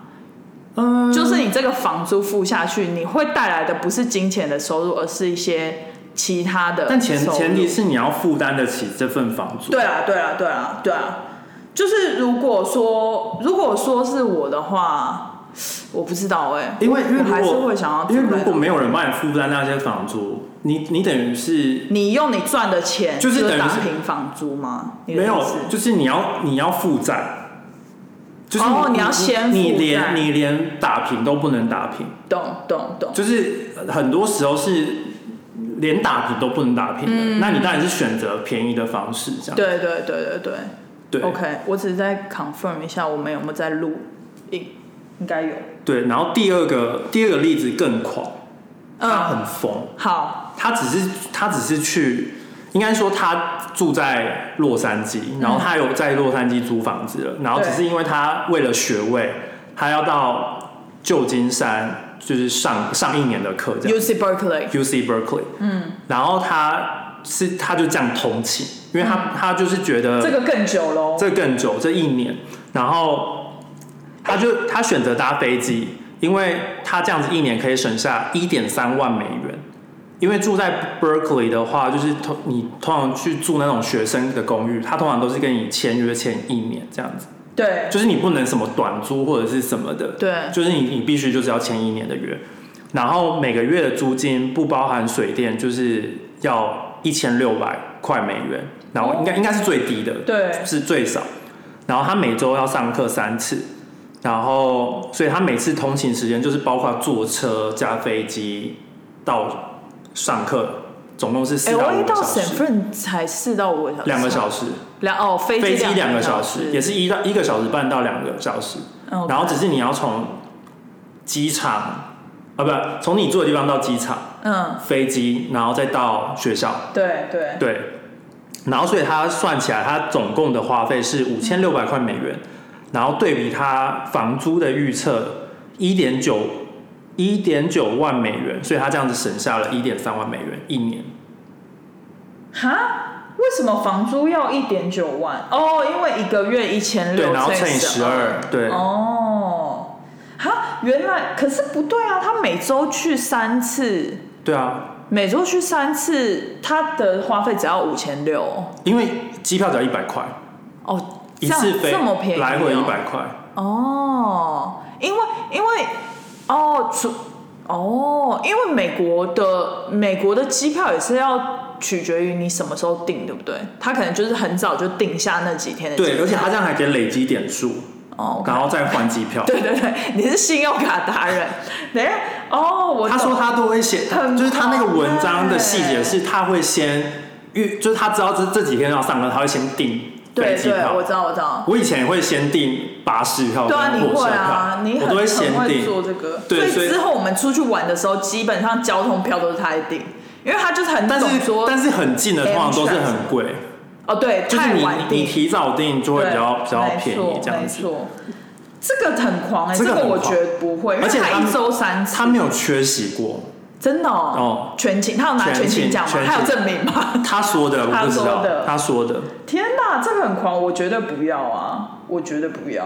Speaker 1: 嗯，
Speaker 2: 就是你这个房租付下去，你会带来的不是金钱的收入，而是一些其他的收入。
Speaker 1: 但前前提是你要负担得起这份房租。
Speaker 2: 对啊，对啊，对啊，对啊。就是如果说如果说是我的话，我不知道哎、
Speaker 1: 因为因为
Speaker 2: 我
Speaker 1: 如果
Speaker 2: 还是会想要住
Speaker 1: 因为如
Speaker 2: 那
Speaker 1: 果
Speaker 2: 种
Speaker 1: 没有人帮你负担那些房租，你你等于是
Speaker 2: 你用你赚的钱
Speaker 1: 就是等于
Speaker 2: 打
Speaker 1: 是
Speaker 2: 平房租吗？你的
Speaker 1: 没有
Speaker 2: 意思，
Speaker 1: 就是你要你要负债，就是
Speaker 2: 哦你要先
Speaker 1: 你
Speaker 2: 负债
Speaker 1: 连你连打平都不能打平，
Speaker 2: 懂懂懂。
Speaker 1: 就是很多时候是连打平都不能打平的。
Speaker 2: 嗯
Speaker 1: 那你当然是选择便宜的方式，这样
Speaker 2: 对对对对对。
Speaker 1: 对
Speaker 2: OK，我只是在 confirm 一下我们有没有在录影，应该有。
Speaker 1: 对。然后第二个第二个例子更狂，他
Speaker 2: 嗯，
Speaker 1: 很疯，
Speaker 2: 好，
Speaker 1: 他只是他只是去，应该说他住在洛杉矶，
Speaker 2: 嗯
Speaker 1: 然后他有在洛杉矶租房子了，然后只是因为他为了学位，他要到旧金山，就是上上一年的课这样
Speaker 2: ，UC Berkeley，
Speaker 1: ，UC Berkeley，嗯，然后他是他就这样通勤，因为他、他就是觉得
Speaker 2: 嗯这个更久喽。
Speaker 1: 这更久，这一年，然后他就他选择搭飞机，因为他这样子一年可以省下一点三万美元。因为住在 Berkeley 的话，就是通你通常去住那种学生的公寓，他通常都是跟你签约签一年这样子，
Speaker 2: 对
Speaker 1: 就是你不能什么短租或者是什么的，
Speaker 2: 对
Speaker 1: 就是你你必须就是要签一年的约，然后每个月的租金不包含水电，就是要一千六百块美元，然后应该应该是最低的，
Speaker 2: 对，
Speaker 1: 是最少。然后他每周要上课三次，然后所以他每次通勤时间就是包括坐车加飞机到上课，总共是四
Speaker 2: 哎，
Speaker 1: 到
Speaker 2: 我一
Speaker 1: 五个
Speaker 2: 到
Speaker 1: 小
Speaker 2: San
Speaker 1: 时，
Speaker 2: Fran 才四到五个小时，
Speaker 1: 两个小时，
Speaker 2: 两哦飞
Speaker 1: 飞
Speaker 2: 机
Speaker 1: 机两
Speaker 2: 个
Speaker 1: 个小
Speaker 2: 时
Speaker 1: 时，，也是一到一个小时半到两个小时，
Speaker 2: 嗯，
Speaker 1: 然后只是你要从机场啊，不，从你住的地方到机场
Speaker 2: 嗯，
Speaker 1: 飞机，然后再到学校，
Speaker 2: 对对
Speaker 1: 对，然后所以他算起来，他总共的花费是五千六百块美元，然后对比他房租的预测一点九一点九万美元，所以他这样子省下了一点三万美元一年。
Speaker 2: 哈，为什么房租要一点九万？哦，因为一个月一千
Speaker 1: 对，
Speaker 2: 六，
Speaker 1: 然后乘以十二，对，
Speaker 2: 哦，哈，原来可是不对啊，他每周去三次，
Speaker 1: 对啊，
Speaker 2: 每周去三次，他的花费只要五千六
Speaker 1: 因为机票只要一百块，
Speaker 2: 哦，这
Speaker 1: 一
Speaker 2: 样
Speaker 1: 次飞
Speaker 2: 这么便宜、
Speaker 1: 来回一百块，
Speaker 2: 哦，因为因为哦，除哦，因为美国的美国的机票也是要取决于你什么时候订，对不对？他可能就是很早就定下那几天的机票，
Speaker 1: 对，而且他这样还可以累积点数，
Speaker 2: 哦，
Speaker 1: 然后再换机票。
Speaker 2: 对对对，你是信用卡 达人，等一下哦，我
Speaker 1: 他说
Speaker 2: 懂
Speaker 1: 他都会写，
Speaker 2: 很
Speaker 1: 就是他那个文章的细
Speaker 2: 狂欸
Speaker 1: 节是，他会先预，就是他知道这这几天要上课，他会先订飞
Speaker 2: 对
Speaker 1: 机
Speaker 2: 对，
Speaker 1: 票
Speaker 2: 我。知道我知道，
Speaker 1: 我以前也会先订巴士票
Speaker 2: 对啊，
Speaker 1: 跟
Speaker 2: 你
Speaker 1: 火车
Speaker 2: 会
Speaker 1: 票
Speaker 2: 啊，，你
Speaker 1: 我
Speaker 2: 很
Speaker 1: 都会先
Speaker 2: 很会
Speaker 1: 订。
Speaker 2: 做这个，
Speaker 1: 对
Speaker 2: 所
Speaker 1: 所
Speaker 2: 以
Speaker 1: 以
Speaker 2: 之后我们出去玩的时候，基本上交通票都是他在订，因为他就是很
Speaker 1: 但
Speaker 2: 懂
Speaker 1: 是
Speaker 2: 说，
Speaker 1: 但是很近的通常都是很贵，
Speaker 2: 哦对，
Speaker 1: 就是
Speaker 2: 太
Speaker 1: 你
Speaker 2: 晚
Speaker 1: 你你
Speaker 2: 订，
Speaker 1: 提早订就会
Speaker 2: 对，
Speaker 1: 比较比较
Speaker 2: 没
Speaker 1: 便
Speaker 2: 错
Speaker 1: 宜这样
Speaker 2: 没
Speaker 1: 子。
Speaker 2: 错，这个很狂哎，
Speaker 1: 这
Speaker 2: 这
Speaker 1: 个
Speaker 2: 个
Speaker 1: 很
Speaker 2: 我
Speaker 1: 狂
Speaker 2: 觉得不会，因为
Speaker 1: 而且
Speaker 2: 他
Speaker 1: 他
Speaker 2: 一周三次，
Speaker 1: 他没有缺席过，
Speaker 2: 真的哦
Speaker 1: 哦，
Speaker 2: 全勤，他有拿
Speaker 1: 全
Speaker 2: 全勤
Speaker 1: 勤
Speaker 2: 奖吗？
Speaker 1: 全
Speaker 2: 他有
Speaker 1: 勤
Speaker 2: 证明吗？
Speaker 1: 他说的我不知
Speaker 2: 他说
Speaker 1: 道
Speaker 2: 的，
Speaker 1: 他说的，
Speaker 2: 天哪，这个很狂，我绝对不要啊！我绝对不要，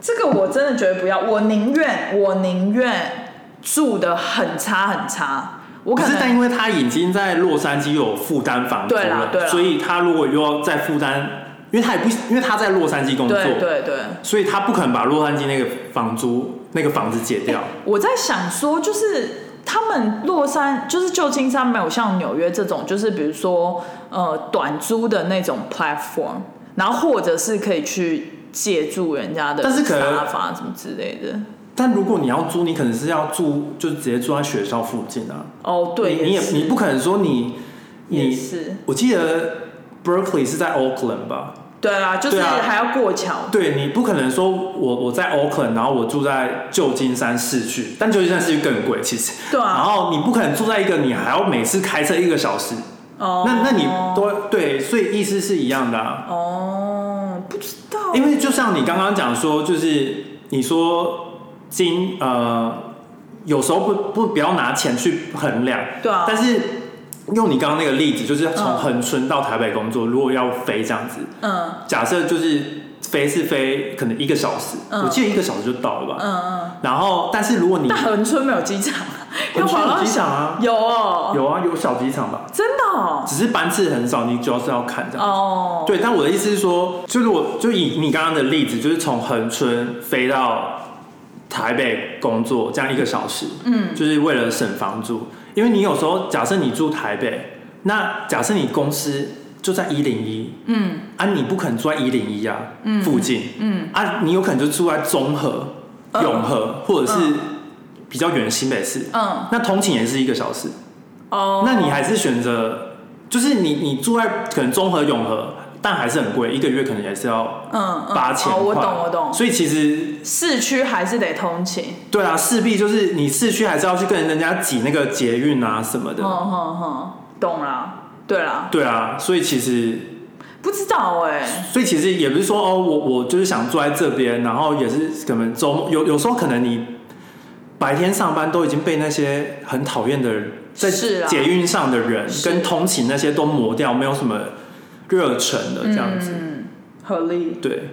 Speaker 2: 这个我真的绝对不要。我宁愿，我宁愿住的很差很差，我
Speaker 1: 可
Speaker 2: 可
Speaker 1: 是但
Speaker 2: 能
Speaker 1: 因为他已经在洛杉矶有负担房租
Speaker 2: 对啦
Speaker 1: 了，
Speaker 2: 对啦
Speaker 1: 所以他如果又要再负担，因为他也不因为他在洛杉矶工作，
Speaker 2: 对对对，
Speaker 1: 所以他不可能把洛杉矶那个房租那个房子解掉。
Speaker 2: 我在想说，就是他们洛杉就是旧金山没有像纽约这种，就是比如说呃短租的那种 platform，然后或者是可以去借住人家的
Speaker 1: 但是可能
Speaker 2: 沙发什么之类的。
Speaker 1: 但如果你要租，你可能是要住，就直接住在学校附近啊。
Speaker 2: 哦，对，
Speaker 1: 你你也
Speaker 2: 是
Speaker 1: 你不可能说你
Speaker 2: 也
Speaker 1: 你，
Speaker 2: 是。
Speaker 1: 我记得 Berkeley 是在 Oakland 吧？
Speaker 2: 对啊，就是
Speaker 1: 对啊
Speaker 2: 还要过桥，
Speaker 1: 对你不可能说我我在 Oakland，然后我住在旧金山市区，但旧金山市区更贵其实。
Speaker 2: 对啊
Speaker 1: 然后你不可能住在一个你还要每次开车一个小时
Speaker 2: 哦，
Speaker 1: 那那你都对，所以意思是一样的啊。
Speaker 2: 哦，不知道，
Speaker 1: 因为就像你刚刚讲说，就是你说金呃，有时候不不不要拿钱去衡量，
Speaker 2: 对啊
Speaker 1: 但是用你刚刚那个例子，就是从
Speaker 2: 嗯
Speaker 1: 恒春到台北工作，如果要飞这样子，
Speaker 2: 嗯
Speaker 1: 假设就是飞是飞可能一个小时，
Speaker 2: 嗯
Speaker 1: 我记得一个小时就到了吧。
Speaker 2: 嗯嗯，
Speaker 1: 然后，但是如果你
Speaker 2: 但恒春没有机场，
Speaker 1: 恒春有机场啊，
Speaker 2: 有哦，
Speaker 1: 有啊，有小机场吧，
Speaker 2: 真的哦，
Speaker 1: 只是班次很少，你主要是要看这样。
Speaker 2: 哦，
Speaker 1: 对，但我的意思是说，就是我就以你刚刚的例子，就是从恒春飞到台北工作，这样一个小时，
Speaker 2: 嗯
Speaker 1: 就是为了省房租。因为你有时候假设你住台北，那假设你公司就在一零一
Speaker 2: 嗯
Speaker 1: 啊，你不可能住在一零一啊、
Speaker 2: 嗯
Speaker 1: 附近
Speaker 2: 嗯
Speaker 1: 啊，你有可能就住在中和、
Speaker 2: 嗯
Speaker 1: 永和，或者是
Speaker 2: 嗯
Speaker 1: 比较远的新北市。
Speaker 2: 嗯，
Speaker 1: 那通勤也是一个小时，
Speaker 2: 哦，
Speaker 1: 那你还是选择，就是你你住在可能中和永和，但还是很贵，一个月可能也是要
Speaker 2: 嗯嗯
Speaker 1: 八千
Speaker 2: 哦
Speaker 1: 块。
Speaker 2: 我懂我懂，
Speaker 1: 所以其实
Speaker 2: 市区还是得通勤，
Speaker 1: 对啊，势必就是你市区还是要去跟人家挤那个捷运啊什么的。
Speaker 2: 嗯嗯嗯，懂啦，对啦，
Speaker 1: 对啊，所以其实
Speaker 2: 不知道哎、
Speaker 1: 所以其实也不是说哦，我我就是想住在这边，然后也是可能周末有有时候可能你白天上班都已经被那些很讨厌的人在
Speaker 2: 是啊
Speaker 1: 捷运上的人
Speaker 2: 是
Speaker 1: 跟通勤那些都磨掉，没有什么热忱的这样子。
Speaker 2: 嗯，合理。
Speaker 1: 对，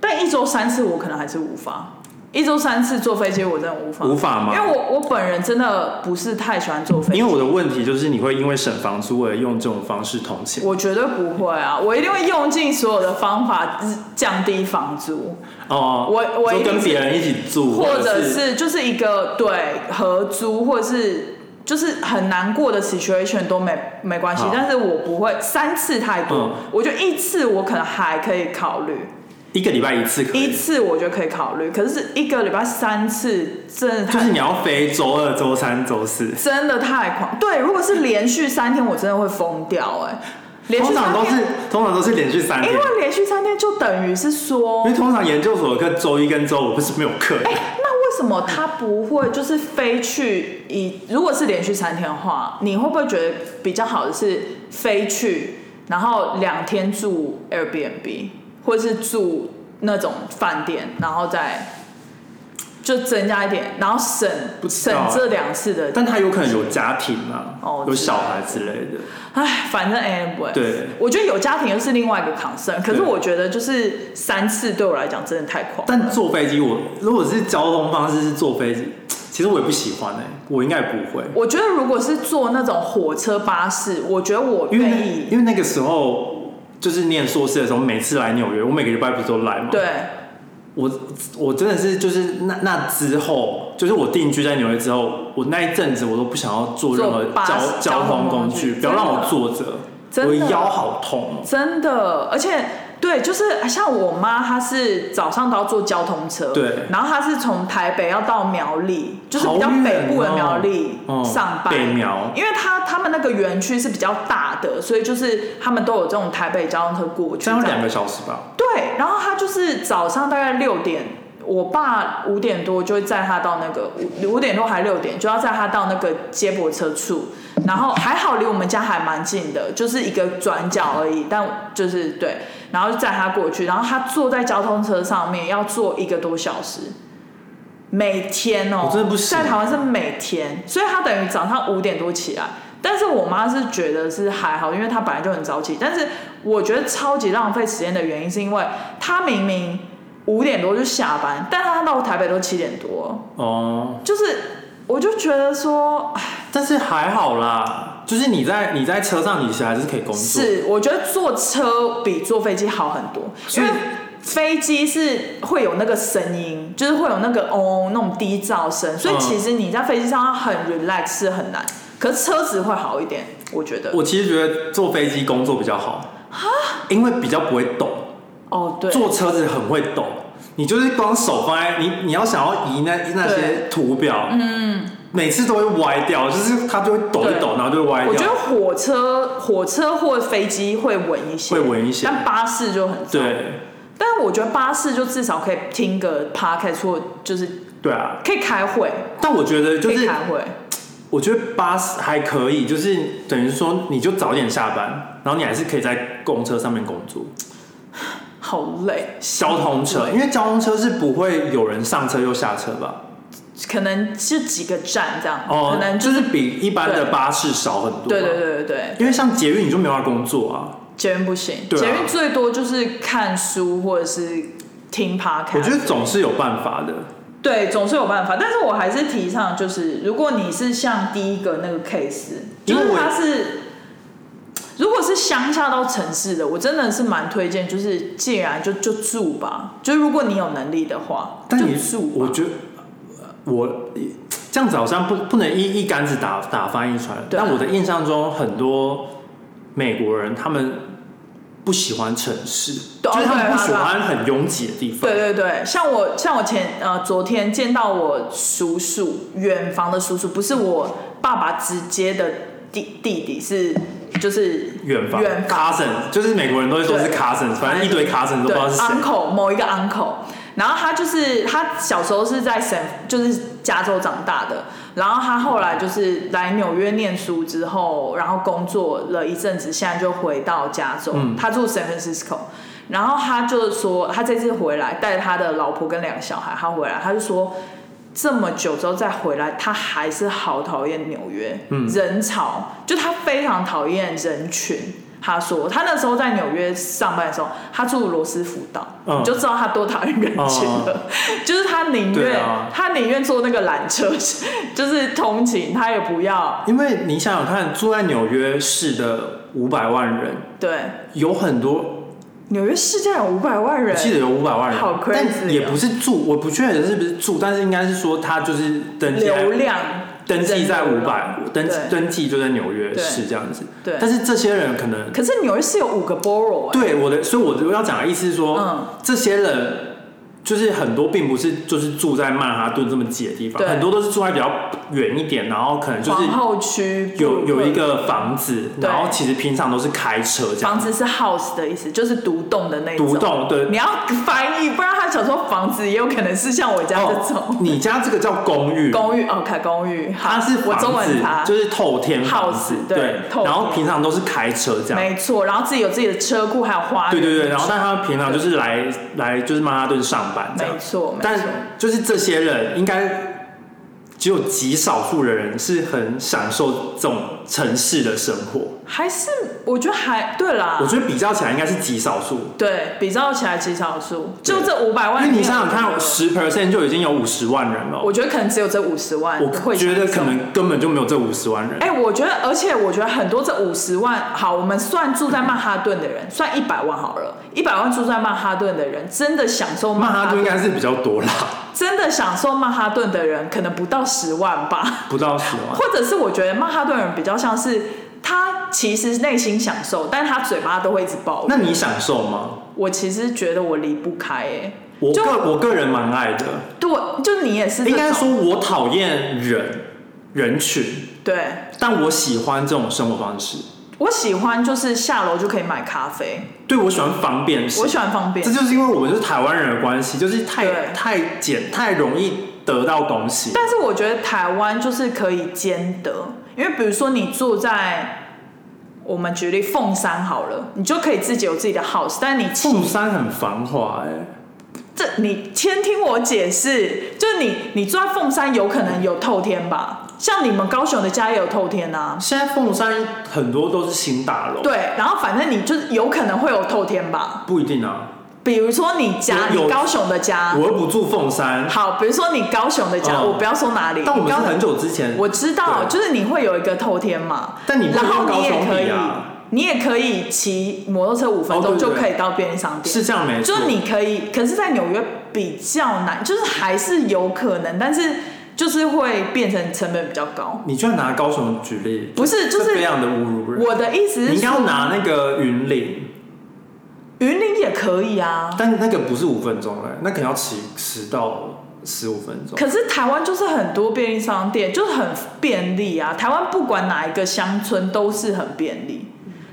Speaker 2: 但一周三次我可能还是无法，一周三次坐飞机我真的无法，
Speaker 1: 无法
Speaker 2: 因
Speaker 1: 吗？
Speaker 2: 为我我本人真的不是太喜欢坐飞机，
Speaker 1: 因为我的问题就是，你会因为省房租而用这种方式同情
Speaker 2: 我绝对不会啊，我一定会用尽所有的方法降低房租，
Speaker 1: 哦，
Speaker 2: 我我
Speaker 1: 就
Speaker 2: 一定
Speaker 1: 跟
Speaker 2: 是
Speaker 1: 别人一起住，
Speaker 2: 或
Speaker 1: 者
Speaker 2: 者是就是一个对合租，或者是就是很难过的 situation 都没没关系
Speaker 1: 好，
Speaker 2: 但是我不会三次太多，
Speaker 1: 嗯
Speaker 2: 我觉得一次我可能还可以考虑，
Speaker 1: 一个礼拜一次可
Speaker 2: 一
Speaker 1: 以，
Speaker 2: 次我觉得可以考虑，可是一个礼拜三次真的太
Speaker 1: 就是你要飞周二、周三、周四，
Speaker 2: 真的太狂。对，如果是连续三天，我真的会疯掉哎、连续
Speaker 1: 通
Speaker 2: 三
Speaker 1: 常都
Speaker 2: 天
Speaker 1: 是，通常都是连续三天
Speaker 2: 因，为连续三天就等于是说
Speaker 1: 因为，通常研究所的课周一跟周五不是没有课的，
Speaker 2: 那为什么他不会就是飞去以？如果是连续三天的话，你会不会觉得比较好的是飞去，然后两天住 Airbnb，或是住那种饭店，然后再就增加一点，然后省
Speaker 1: 不知
Speaker 2: 省
Speaker 1: 道
Speaker 2: 这两次的
Speaker 1: 但他有可能有家庭啊
Speaker 2: 哦，
Speaker 1: 有小孩之类的，
Speaker 2: 唉，反正 anyway，
Speaker 1: 对
Speaker 2: 我觉得有家庭又是另外一个 concern，可是
Speaker 1: 对
Speaker 2: 我觉得就是三次对我来讲真的太狂。
Speaker 1: 但坐飞机我如果是交通方式是坐飞机，其实我也不喜欢哎、我应该也不会。
Speaker 2: 我觉得如果是坐那种火车巴士，我觉得我
Speaker 1: 因为那
Speaker 2: 愿意。
Speaker 1: 因为那个时候就是念硕士的时候，每次来纽约，我每个礼拜不是都来嘛。，
Speaker 2: 对，
Speaker 1: 我我真的是就是那那之后，就是我定居在纽约之后，我那一阵子我都不想要坐任何
Speaker 2: 坐巴士
Speaker 1: 交
Speaker 2: 交
Speaker 1: 交
Speaker 2: 通
Speaker 1: 通工
Speaker 2: 工
Speaker 1: 具，
Speaker 2: 具
Speaker 1: 不要让我坐着，
Speaker 2: 真
Speaker 1: 我
Speaker 2: 的
Speaker 1: 的腰好痛哦。
Speaker 2: 真的，而且对，就是像我妈，她是早上都要坐交通车，
Speaker 1: 对
Speaker 2: 然后她是从台北要到苗栗，就是
Speaker 1: 好
Speaker 2: 比较北部的
Speaker 1: 远哦
Speaker 2: 苗栗
Speaker 1: 嗯
Speaker 2: 上班，
Speaker 1: 北苗
Speaker 2: 因为她他们那个园区是比较大的，所以就是他们都有这种台北交通车过去，
Speaker 1: 这样要两个小时吧，
Speaker 2: 对，然后他就是早上大概六点，我爸五点多就会载他到那个五五点多还六点就要载他到那个接驳车处，然后还好离我们家还蛮近的，就是一个转角而已，但就是对，然后就载他过去，然后他坐在交通车上面要坐一个多小时。每天哦，
Speaker 1: 我真的不行
Speaker 2: 在台湾是每天，所以他等于早上五点多起来。但是我妈是觉得是还好，因为她本来就很早起。但是我觉得超级浪费时间的原因，是因为她明明五点多就下班，但她到台北都七点多，
Speaker 1: 哦，
Speaker 2: 就是我就觉得说，唉
Speaker 1: 但是还好啦，就是你在你在车上，你其实还是可以工作。
Speaker 2: 是我觉得坐车比坐飞机好很多，
Speaker 1: 所
Speaker 2: 因
Speaker 1: 以
Speaker 2: 为飞机是会有那个声音，就是会有那个哦那种低噪声，所以
Speaker 1: 嗯
Speaker 2: 其实你在飞机上要很 relax 是很难，可是车子会好一点，我觉得。
Speaker 1: 我其实觉得坐飞机工作比较好，因为比较不会抖。
Speaker 2: 哦，对，
Speaker 1: 坐车子很会抖，你就是光手放在你，你要想要移那那些图表，嗯，每次都会歪掉，就是它就会抖一抖，
Speaker 2: 对
Speaker 1: 然后就会歪
Speaker 2: 我觉得
Speaker 1: 掉。
Speaker 2: 火车、火车或飞机会稳一些，
Speaker 1: 会稳一些
Speaker 2: 但巴士就很少。
Speaker 1: 对
Speaker 2: 但我觉得巴士就至少可以听个 podcast 或就是
Speaker 1: 对啊，
Speaker 2: 可以开会，
Speaker 1: 但我觉得就
Speaker 2: 可以
Speaker 1: 是
Speaker 2: 开会。
Speaker 1: 我觉得巴士还可以，就是等于说你就早点下班，然后你还是可以在公车上面工作。
Speaker 2: 嗯好累，
Speaker 1: 交通车，因为交通车是不会有人上车又下车吧？
Speaker 2: 可能是几个站这样，
Speaker 1: 哦，
Speaker 2: 可能就
Speaker 1: 就是是比一般的巴士少很多。啊
Speaker 2: 对对，对对对，
Speaker 1: 因为像捷运你就没法工作啊。
Speaker 2: 捷运不行，
Speaker 1: 对啊
Speaker 2: 捷运最多就是看书或者是听 podcast。
Speaker 1: 我觉得总是有办法的。
Speaker 2: 对，总是有办法，但是我还是提倡，就是如果你是像第一个那个 case，就
Speaker 1: 因为
Speaker 2: 是
Speaker 1: 我
Speaker 2: 它是，如果是乡下到城市的，我真的是蛮推荐，就是既然就就住吧，就如果你有能力的话，
Speaker 1: 但你
Speaker 2: 就住吧
Speaker 1: 我觉得呃我这样子好像不不能一一竿子打打翻一船。
Speaker 2: 对啊
Speaker 1: 但我的印象中，很多美国人他们不喜欢城市，
Speaker 2: 对
Speaker 1: 就是他们
Speaker 2: 对
Speaker 1: 不喜
Speaker 2: 对
Speaker 1: 欢很拥挤的地方。
Speaker 2: 对对对，像我像我前呃昨天见到我叔叔远房的叔叔，不是我爸爸直接的弟弟弟，是就是
Speaker 1: 远房
Speaker 2: 远房
Speaker 1: cousin 就是美国人都会说是
Speaker 2: 对
Speaker 1: cousin，反正一堆 cousin 都不
Speaker 2: 对
Speaker 1: 知道是谁。
Speaker 2: uncle 某一个 uncle，然后他就是他小时候是在省就是加州长大的，然后他后来就是来纽约念书之后，然后工作了一阵子，现在就回到加州，
Speaker 1: 嗯
Speaker 2: 他住 San Francisco。然后他就说，他这次回来带他的老婆跟两个小孩，他回来，他就说，这么久之后再回来，他还是好讨厌纽约，
Speaker 1: 嗯
Speaker 2: 人潮，就他非常讨厌人群。他说，他那时候在纽约上班的时候，他住罗斯福岛，
Speaker 1: 嗯
Speaker 2: 你就知道他多讨厌人群了。 就是他宁
Speaker 1: 对
Speaker 2: 愿、
Speaker 1: 啊
Speaker 2: 他宁愿坐那个缆车，就是通勤，他也不要
Speaker 1: 因为你想想看，住在纽约市的五百万人，
Speaker 2: 对
Speaker 1: 有很多，
Speaker 2: 纽约市竟然有五百万人
Speaker 1: 我，记得有五百万人，
Speaker 2: 好 crazy 哦
Speaker 1: 但也不是住，我不确定是不是住，但是应该是说他就是登记在
Speaker 2: 流量
Speaker 1: 登记在
Speaker 2: 人
Speaker 1: 五
Speaker 2: 流量
Speaker 1: 百，登记
Speaker 2: 对
Speaker 1: 登记就在纽约市这样子。
Speaker 2: 对
Speaker 1: 但是这些人可能
Speaker 2: 可是纽约市有五个 borough，、欸、
Speaker 1: 对我的，所以我要讲的意思是说，
Speaker 2: 嗯
Speaker 1: 这些人。就是很多并不是就是住在曼哈顿这么挤的地方，
Speaker 2: 对
Speaker 1: 很多都是住在比较远一点，然后可能就是
Speaker 2: 皇后区
Speaker 1: 有有一
Speaker 2: 布鲁克
Speaker 1: 个房子，
Speaker 2: 对
Speaker 1: 然后其实平常都是开车这样
Speaker 2: 房子是 house 的意思，就是独栋的那种。
Speaker 1: 独，栋对。
Speaker 2: 你要翻译，不然他想说房子也有可能是像我家这
Speaker 1: 哦
Speaker 2: 种、
Speaker 1: 你家这个叫公寓，
Speaker 2: 公寓哦，卡公寓，好
Speaker 1: 它是
Speaker 2: 我
Speaker 1: 房
Speaker 2: 中文
Speaker 1: 子
Speaker 2: 查，，
Speaker 1: 就是透天房子
Speaker 2: House，，对
Speaker 1: 对。
Speaker 2: 透天
Speaker 1: 然后平常都是开车这样，
Speaker 2: 没错。然后自己有自己的车库，还有花
Speaker 1: 对
Speaker 2: 园。
Speaker 1: 对对。然后但他平常就是来来就是曼哈顿上班这样
Speaker 2: 没，错，没错
Speaker 1: 但就是这些人应该只有极少数的人是很享受这种城市的生活，
Speaker 2: 还是我觉得还对啦
Speaker 1: 我。觉得比较起来应该是极少数，
Speaker 2: 对比较起来，极少数，
Speaker 1: 对
Speaker 2: 就这五百
Speaker 1: 因
Speaker 2: 万
Speaker 1: 为
Speaker 2: 里面，
Speaker 1: 你想想看，十 percent 就已经有五十万人了，
Speaker 2: 我觉得可能只有这五十万
Speaker 1: 我
Speaker 2: 会
Speaker 1: 觉得
Speaker 2: 享受
Speaker 1: 可能根本就没有这五十万人。
Speaker 2: 哎、我觉得，而且我觉得很多这五十万，好，我们算住在曼哈顿的人，算一百万好了，一百万住在曼哈顿的人，真的享受曼
Speaker 1: 曼哈
Speaker 2: 哈
Speaker 1: 顿应
Speaker 2: 顿，
Speaker 1: 该是比较多啦，
Speaker 2: 真的享受曼哈顿的人，可能不到十万吧，
Speaker 1: 不到十万。
Speaker 2: 或者是我觉得曼哈顿人比较像是他其实内心享受，但他嘴巴都会一直爆。
Speaker 1: 那你享受吗？
Speaker 2: 我其实觉得我离不开、欸，
Speaker 1: 我
Speaker 2: 就
Speaker 1: 个我个人蛮爱的，
Speaker 2: 对，就你也是这
Speaker 1: 应
Speaker 2: 种，
Speaker 1: 该说我讨厌人人群，
Speaker 2: 对。
Speaker 1: 但我喜欢这种生活方式。
Speaker 2: 我喜欢就是下楼就可以买咖啡，
Speaker 1: 对我喜欢方便性
Speaker 2: 我，喜欢方便
Speaker 1: 这。就是因为我们是台湾人的关系，就是太
Speaker 2: 对
Speaker 1: 太简太容易得到东西。
Speaker 2: 但是我觉得台湾就是可以兼得，因为比如说你住在我们举例凤山好了，你就可以自己有自己的 house，但你
Speaker 1: 凤
Speaker 2: 骑
Speaker 1: 山很繁华哎、
Speaker 2: 这你先听我解释，就是你你住在凤山有可能有透天吧，像你们高雄的家也有透天啊。
Speaker 1: 现在凤山很多都是新大楼，
Speaker 2: 对，然后反正你就是有可能会有透天吧，
Speaker 1: 不一定啊，
Speaker 2: 比如说你家，
Speaker 1: 有有
Speaker 2: 你高雄的家，
Speaker 1: 我又不住凤山，
Speaker 2: 好，比如说你高雄的家，
Speaker 1: 嗯
Speaker 2: 我不要说哪里，
Speaker 1: 但我们是
Speaker 2: 高
Speaker 1: 很久之前，
Speaker 2: 我知道，
Speaker 1: 对
Speaker 2: 就是你会有一个透天嘛，
Speaker 1: 但你不
Speaker 2: 然
Speaker 1: 能
Speaker 2: 后
Speaker 1: 跟
Speaker 2: 你
Speaker 1: 高
Speaker 2: 也
Speaker 1: 雄
Speaker 2: 可
Speaker 1: 比
Speaker 2: 以
Speaker 1: 啊，
Speaker 2: 你也可以骑摩托车五分
Speaker 1: 哦
Speaker 2: 钟
Speaker 1: 对对
Speaker 2: 就
Speaker 1: 对
Speaker 2: 可以到便利商店，
Speaker 1: 是这样没错。
Speaker 2: 就你可以，可是，在纽约比较难，就是还是有可能，但是就是会变成成本比较高。
Speaker 1: 你居然拿高雄举例，
Speaker 2: 不是就
Speaker 1: 这
Speaker 2: 是
Speaker 1: 非常的侮辱人。
Speaker 2: 我的意思
Speaker 1: 你
Speaker 2: 是
Speaker 1: 应该要
Speaker 2: 说，
Speaker 1: 拿那个云岭，
Speaker 2: 云林也可以啊，
Speaker 1: 但那个不是五分钟哎、那可能要迟迟到十五分钟。
Speaker 2: 可是台湾就是很多便利商店就是很便利啊，台湾不管哪一个乡村都是很便利，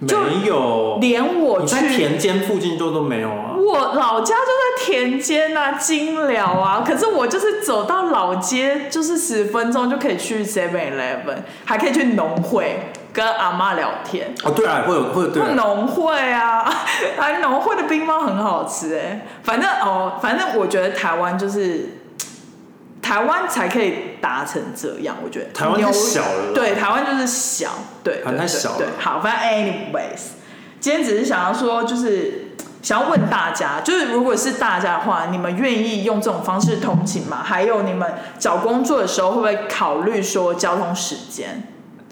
Speaker 2: 就
Speaker 1: 没有，
Speaker 2: 连我
Speaker 1: 你
Speaker 2: 去
Speaker 1: 在田间附近就都没有啊。
Speaker 2: 我老家就在田间啊，金寮啊，可是我就是走到老街，就是十分钟就可以去 Seven Eleven，还可以去农会跟阿妈聊天。
Speaker 1: 哦，对啊，会有会有对啊
Speaker 2: 那农会啊， 啊，农会的冰棒很好吃哎、反正哦，反正我觉得台湾就是台湾才可以达成这样，我觉得
Speaker 1: 台湾太
Speaker 2: 牛
Speaker 1: 小了啦
Speaker 2: 对，台湾就是小，对，
Speaker 1: 台湾太
Speaker 2: 对对
Speaker 1: 啊小了
Speaker 2: 对，好，反正 anyways，今天只是想要说，就是想要问大家，就是如果是大家的话，你们愿意用这种方式通勤吗？还有你们找工作的时候会不会考虑说交通时间？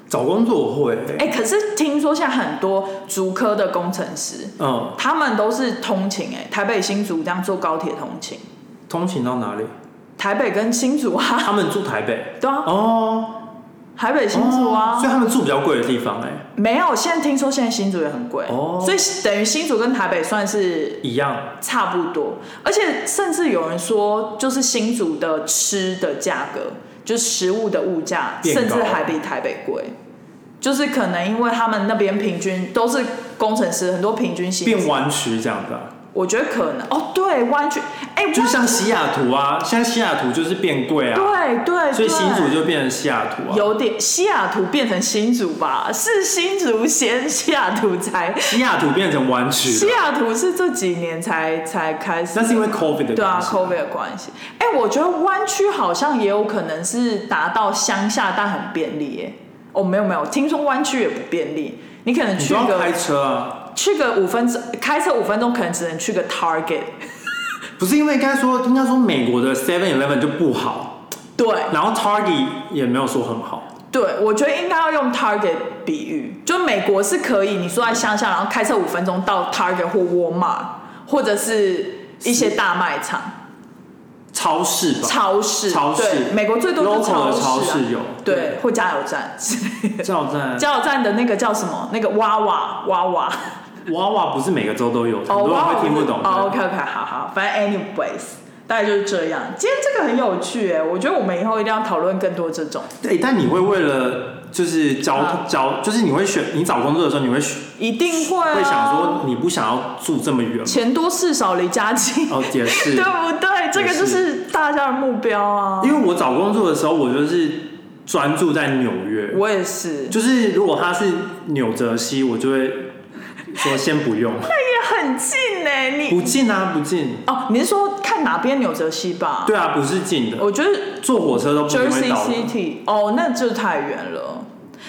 Speaker 1: 找工作我会、
Speaker 2: 哎、可是听说现在很多竹科的工程师，
Speaker 1: 嗯，
Speaker 2: 他们都是通勤哎、台北新竹这样坐高铁通勤，
Speaker 1: 通勤到哪里？
Speaker 2: 台北跟新竹啊，
Speaker 1: 他们住台北
Speaker 2: 对啊，
Speaker 1: 哦，
Speaker 2: 台北新竹啊，
Speaker 1: 所以他们住比较贵的地方哎、
Speaker 2: 没有，现在听说现在新竹也很贵，
Speaker 1: 哦
Speaker 2: 所以等于新竹跟台北算是
Speaker 1: 一样
Speaker 2: 差不多，而且甚至有人说，就是新竹的吃的价格，就是食物的物价，
Speaker 1: 变高
Speaker 2: 甚至还比台北贵。就是可能因为他们那边平均都是工程师，很多平均薪
Speaker 1: 变
Speaker 2: 资，
Speaker 1: 弯曲这样子、啊，
Speaker 2: 我觉得可能哦，对，湾区，哎、
Speaker 1: 就
Speaker 2: 湾
Speaker 1: 像西雅图啊，现在西雅图就是变贵啊，
Speaker 2: 对对，
Speaker 1: 所以新
Speaker 2: 对
Speaker 1: 竹就变成西雅图啊。
Speaker 2: 有点西雅图变成新竹吧，是新竹先西雅图才，
Speaker 1: 西雅图变成湾区，
Speaker 2: 西雅图是这几年才才开始，
Speaker 1: 那是因为 COVID 的
Speaker 2: 对啊
Speaker 1: 关系。
Speaker 2: ，COVID 的关系。哎、我觉得湾区好像也有可能是达到乡下，但很便利耶。哦，没有没有，听说湾区也不便利，你可能
Speaker 1: 哎你
Speaker 2: 去
Speaker 1: 都要开
Speaker 2: 个
Speaker 1: 车啊，
Speaker 2: 去个五分钟，开车五分钟，可能只能去个 Target。
Speaker 1: 不是因为应该说，应该说美国的 Seven Eleven 就不好，
Speaker 2: 对
Speaker 1: 然后 Target 也没有说很好。
Speaker 2: 对，我觉得应该要用 Target 比喻，就美国是可以，你住在乡下，然后开车五分钟到 Target 或 Walmart，或者是一些大卖场、
Speaker 1: 超市吧，
Speaker 2: 超市、
Speaker 1: 超市
Speaker 2: 对，美国最多
Speaker 1: local
Speaker 2: 就是超
Speaker 1: 的
Speaker 2: 市、啊、
Speaker 1: 超市有
Speaker 2: 对，或加油 站之类的。
Speaker 1: 加油站，
Speaker 2: 加油站的那个叫什么？那个哇哇哇哇，
Speaker 1: 娃娃不是每个州都
Speaker 2: 哦
Speaker 1: 有，很多人
Speaker 2: 哇
Speaker 1: 会
Speaker 2: 哇
Speaker 1: 听不懂。
Speaker 2: 哦，OK OK，好好，反正 anyways，大概就是这样。今天这个很有趣哎，我觉得我们以后一定要讨论更多这种，
Speaker 1: 对，哎但你会为了就是交
Speaker 2: 啊
Speaker 1: 交，就是你会选你找工作的时候，你会选
Speaker 2: 一定会、啊、
Speaker 1: 会想说你不想要住这么远吗，
Speaker 2: 钱多事少离家近。
Speaker 1: 哦，也是
Speaker 2: 对，不对？这个就是大家的目标啊。
Speaker 1: 因为我找工作的时候，我就是专注在纽约，
Speaker 2: 我也是，
Speaker 1: 就是如果他是纽泽西，我就会说先不 用，
Speaker 2: 也很近呢、
Speaker 1: 不
Speaker 2: 你
Speaker 1: 近啊，不近，
Speaker 2: 哦，你是说看哪边纽泽西吧？
Speaker 1: 对啊，不是近的，
Speaker 2: 我觉得
Speaker 1: 坐火车都不一定会
Speaker 2: Jersey
Speaker 1: 到的。
Speaker 2: City 哦，那就太远了。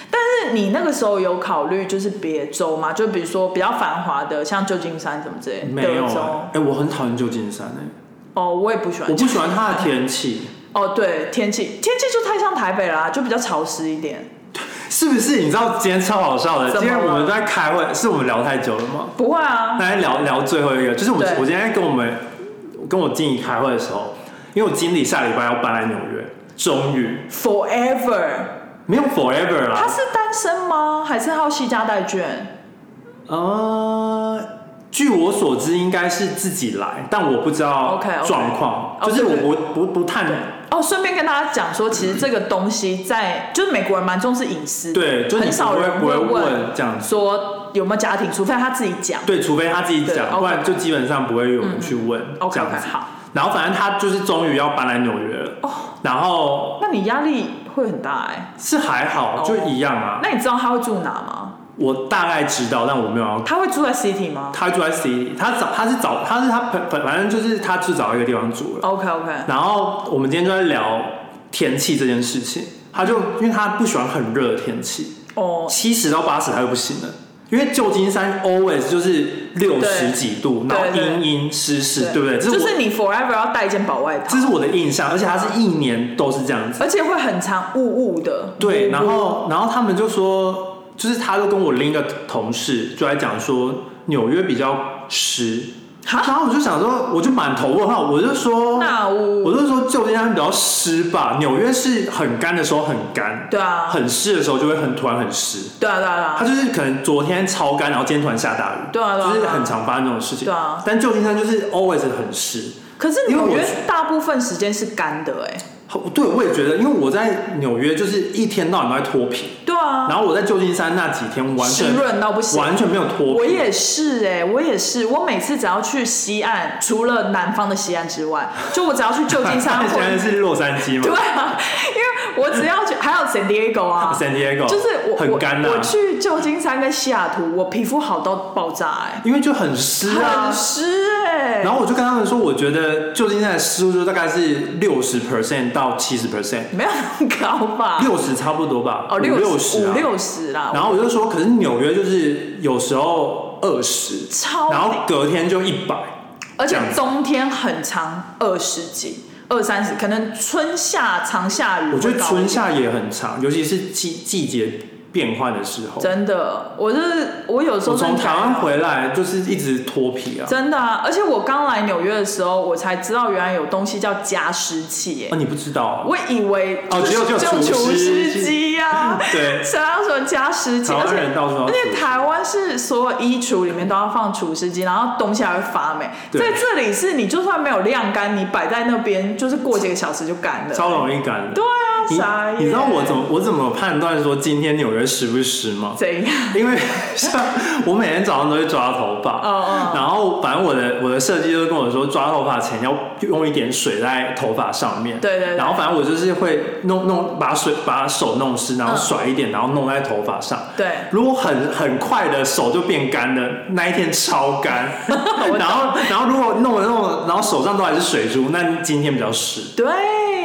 Speaker 2: 但是你那个时候有考虑就是别州吗？就比如说比较繁华的，像旧金山什么之类的
Speaker 1: 没有
Speaker 2: 德
Speaker 1: 哎、
Speaker 2: 州。
Speaker 1: 哎我很讨厌旧金山哎、
Speaker 2: 哦，我也不喜欢
Speaker 1: 我。不喜欢它的天 气，
Speaker 2: 哦，对，天气天气就太像台北啦，就比较潮湿一点。
Speaker 1: 是不是？你知道今天超好笑的，
Speaker 2: 怎么
Speaker 1: 今天我们
Speaker 2: 了
Speaker 1: 在开会，是我们聊太久了吗？
Speaker 2: 不会啊，
Speaker 1: 那来聊聊最后一个，就是我
Speaker 2: 对
Speaker 1: 我今天跟我们跟我经理开会的时候，因为我经理下礼拜要搬来纽约，终于
Speaker 2: Forever，
Speaker 1: 没有 forever
Speaker 2: 他
Speaker 1: 啦，
Speaker 2: 是单身吗？还是他有西家带眷？
Speaker 1: 呃。据我所知，应该是自己来，但我不知道
Speaker 2: OK，OK
Speaker 1: 状况
Speaker 2: 哦
Speaker 1: 就是我
Speaker 2: 对对
Speaker 1: 不不不探
Speaker 2: 哦，顺便跟大家讲说，其实这个东西在就是美国人蛮重视隐私的，
Speaker 1: 对就是你
Speaker 2: 很少人
Speaker 1: 不会
Speaker 2: 会
Speaker 1: 不会问
Speaker 2: 问
Speaker 1: 这样子
Speaker 2: 说有没有家庭，除非他自己讲。
Speaker 1: 对，除非他自己
Speaker 2: 对
Speaker 1: 讲，
Speaker 2: ，OK
Speaker 1: 不然就基本上不会有人去问这
Speaker 2: OK
Speaker 1: 样
Speaker 2: OK，
Speaker 1: 子。
Speaker 2: 好，
Speaker 1: 然后反正他就是终于要搬来纽约了，然后
Speaker 2: 哦那你压力会很大哎、
Speaker 1: 是还好，
Speaker 2: 哦
Speaker 1: 就一样啊。
Speaker 2: 那你知道他会住哪吗？
Speaker 1: 我大概知道，但我没有要。
Speaker 2: 他会住在 City 吗
Speaker 1: 他住在 C，他找他是找他是他反反反正就是他去找一个地方住了。
Speaker 2: ？OK OK，
Speaker 1: 然后我们今天就在聊天气这件事情，他就因为他不喜欢很热的天气，
Speaker 2: 哦，
Speaker 1: 七十到八十他就不行了。因为旧金山 always 就是六十
Speaker 2: 对
Speaker 1: 几度，然后
Speaker 2: 对对
Speaker 1: 阴阴湿湿，对不对？这
Speaker 2: 就是
Speaker 1: 我
Speaker 2: 是你 forever 要带一件保外套
Speaker 1: 这，是我的印象，而且它是一年都是这样子。
Speaker 2: 而且会很常雾雾的。
Speaker 1: 对，
Speaker 2: 雾
Speaker 1: 然后然后他们就说，就是他就跟我另一个同事就在讲说，纽约比较湿，然
Speaker 2: 哈
Speaker 1: 后我就想说，我就满头问号，我就说，
Speaker 2: 那雾，
Speaker 1: 我就说旧金山比较湿吧，纽约是很干的时候很干，
Speaker 2: 对啊，
Speaker 1: 很湿的时候就会很突然很湿。
Speaker 2: 对啊对啊对
Speaker 1: 它
Speaker 2: 啊，
Speaker 1: 就是可能昨天超干，然后今天突然下大雨，
Speaker 2: 对啊对啊
Speaker 1: 就是很常发生这种事情。
Speaker 2: 对啊
Speaker 1: 但旧金山就是 always 很湿，
Speaker 2: 可是
Speaker 1: 因为
Speaker 2: 纽
Speaker 1: 我
Speaker 2: 约
Speaker 1: 觉
Speaker 2: 大部分时间是干的哎、
Speaker 1: 好对，我也觉得，因为我在纽约就是一天到晚都在脱皮，
Speaker 2: 对啊，
Speaker 1: 然后我在旧金山那几天完全
Speaker 2: 湿润到不行
Speaker 1: 完全没有脱皮。
Speaker 2: 我也是哎、我也是，我每次只要去西岸，除了南方的西岸之外，就我只要去旧金山
Speaker 1: 现
Speaker 2: 或
Speaker 1: 在是洛杉矶
Speaker 2: 对
Speaker 1: 嘛
Speaker 2: 啊，因为我只要去，还有 San Diego 啊
Speaker 1: ，San Diego，
Speaker 2: 就是我
Speaker 1: 很干呐、啊
Speaker 2: 我。我去旧金山跟西雅图，我皮肤好到爆炸哎、
Speaker 1: 因为就很湿啊
Speaker 2: 很。湿哎、
Speaker 1: 然后我就跟他们说，我觉得旧金山的湿度就大概是六十 percent 到七十 percent，
Speaker 2: 没有那么高吧？
Speaker 1: 六十差不多吧，
Speaker 2: 哦，
Speaker 1: 五
Speaker 2: 六
Speaker 1: 十
Speaker 2: 五
Speaker 1: 啊。
Speaker 2: 六十啦，
Speaker 1: 然后我就说，可是纽约就是有时候二十，
Speaker 2: 超
Speaker 1: 然后隔天就一百，
Speaker 2: 而且
Speaker 1: 这样子
Speaker 2: 冬天很长，二十几、二三十，可能春夏常下雨。
Speaker 1: 我觉得春夏也很长，尤其是季季节变换的时候。
Speaker 2: 真的，我就是我有时候
Speaker 1: 我从
Speaker 2: 真的
Speaker 1: 台湾回来就是一直脱皮啊。
Speaker 2: 真的啊，而且我刚来纽约的时候，我才知道原来有东西叫加湿器欸耶、
Speaker 1: 啊，你不知道啊？
Speaker 2: 我以为
Speaker 1: 哦只有
Speaker 2: 就
Speaker 1: 只有除
Speaker 2: 除
Speaker 1: 湿
Speaker 2: 湿机呀、 啊，
Speaker 1: 对，
Speaker 2: 谁要说加湿器？
Speaker 1: 台
Speaker 2: 而
Speaker 1: 湾
Speaker 2: 且
Speaker 1: 人到处都
Speaker 2: 而且
Speaker 1: 除
Speaker 2: 台湾是所有衣橱里面都要放除湿机，然后东西还会发霉。
Speaker 1: 对
Speaker 2: 在这里是你就算没有晾干，你摆在那边就是过几个小时就干了。
Speaker 1: 超容易感染。
Speaker 2: 对啊，傻眼
Speaker 1: 你你知道我怎么我怎么判断说今天纽约湿不湿吗？
Speaker 2: 怎样？
Speaker 1: 因为 像我每天早上都会抓头发，
Speaker 2: 哦哦
Speaker 1: 然后反正我的我的设计就是跟我说，抓头发前要用一点水在头发上面，
Speaker 2: 对对对
Speaker 1: 然后反正我就是会弄弄把水把手弄湿，然后
Speaker 2: 嗯
Speaker 1: 甩一点，然后弄在头发上。
Speaker 2: 对，
Speaker 1: 如果很很快的手就变干了，那一天超 干。然后然后如果弄了弄了，然后手上都还是水珠，那今天比较湿，
Speaker 2: 对，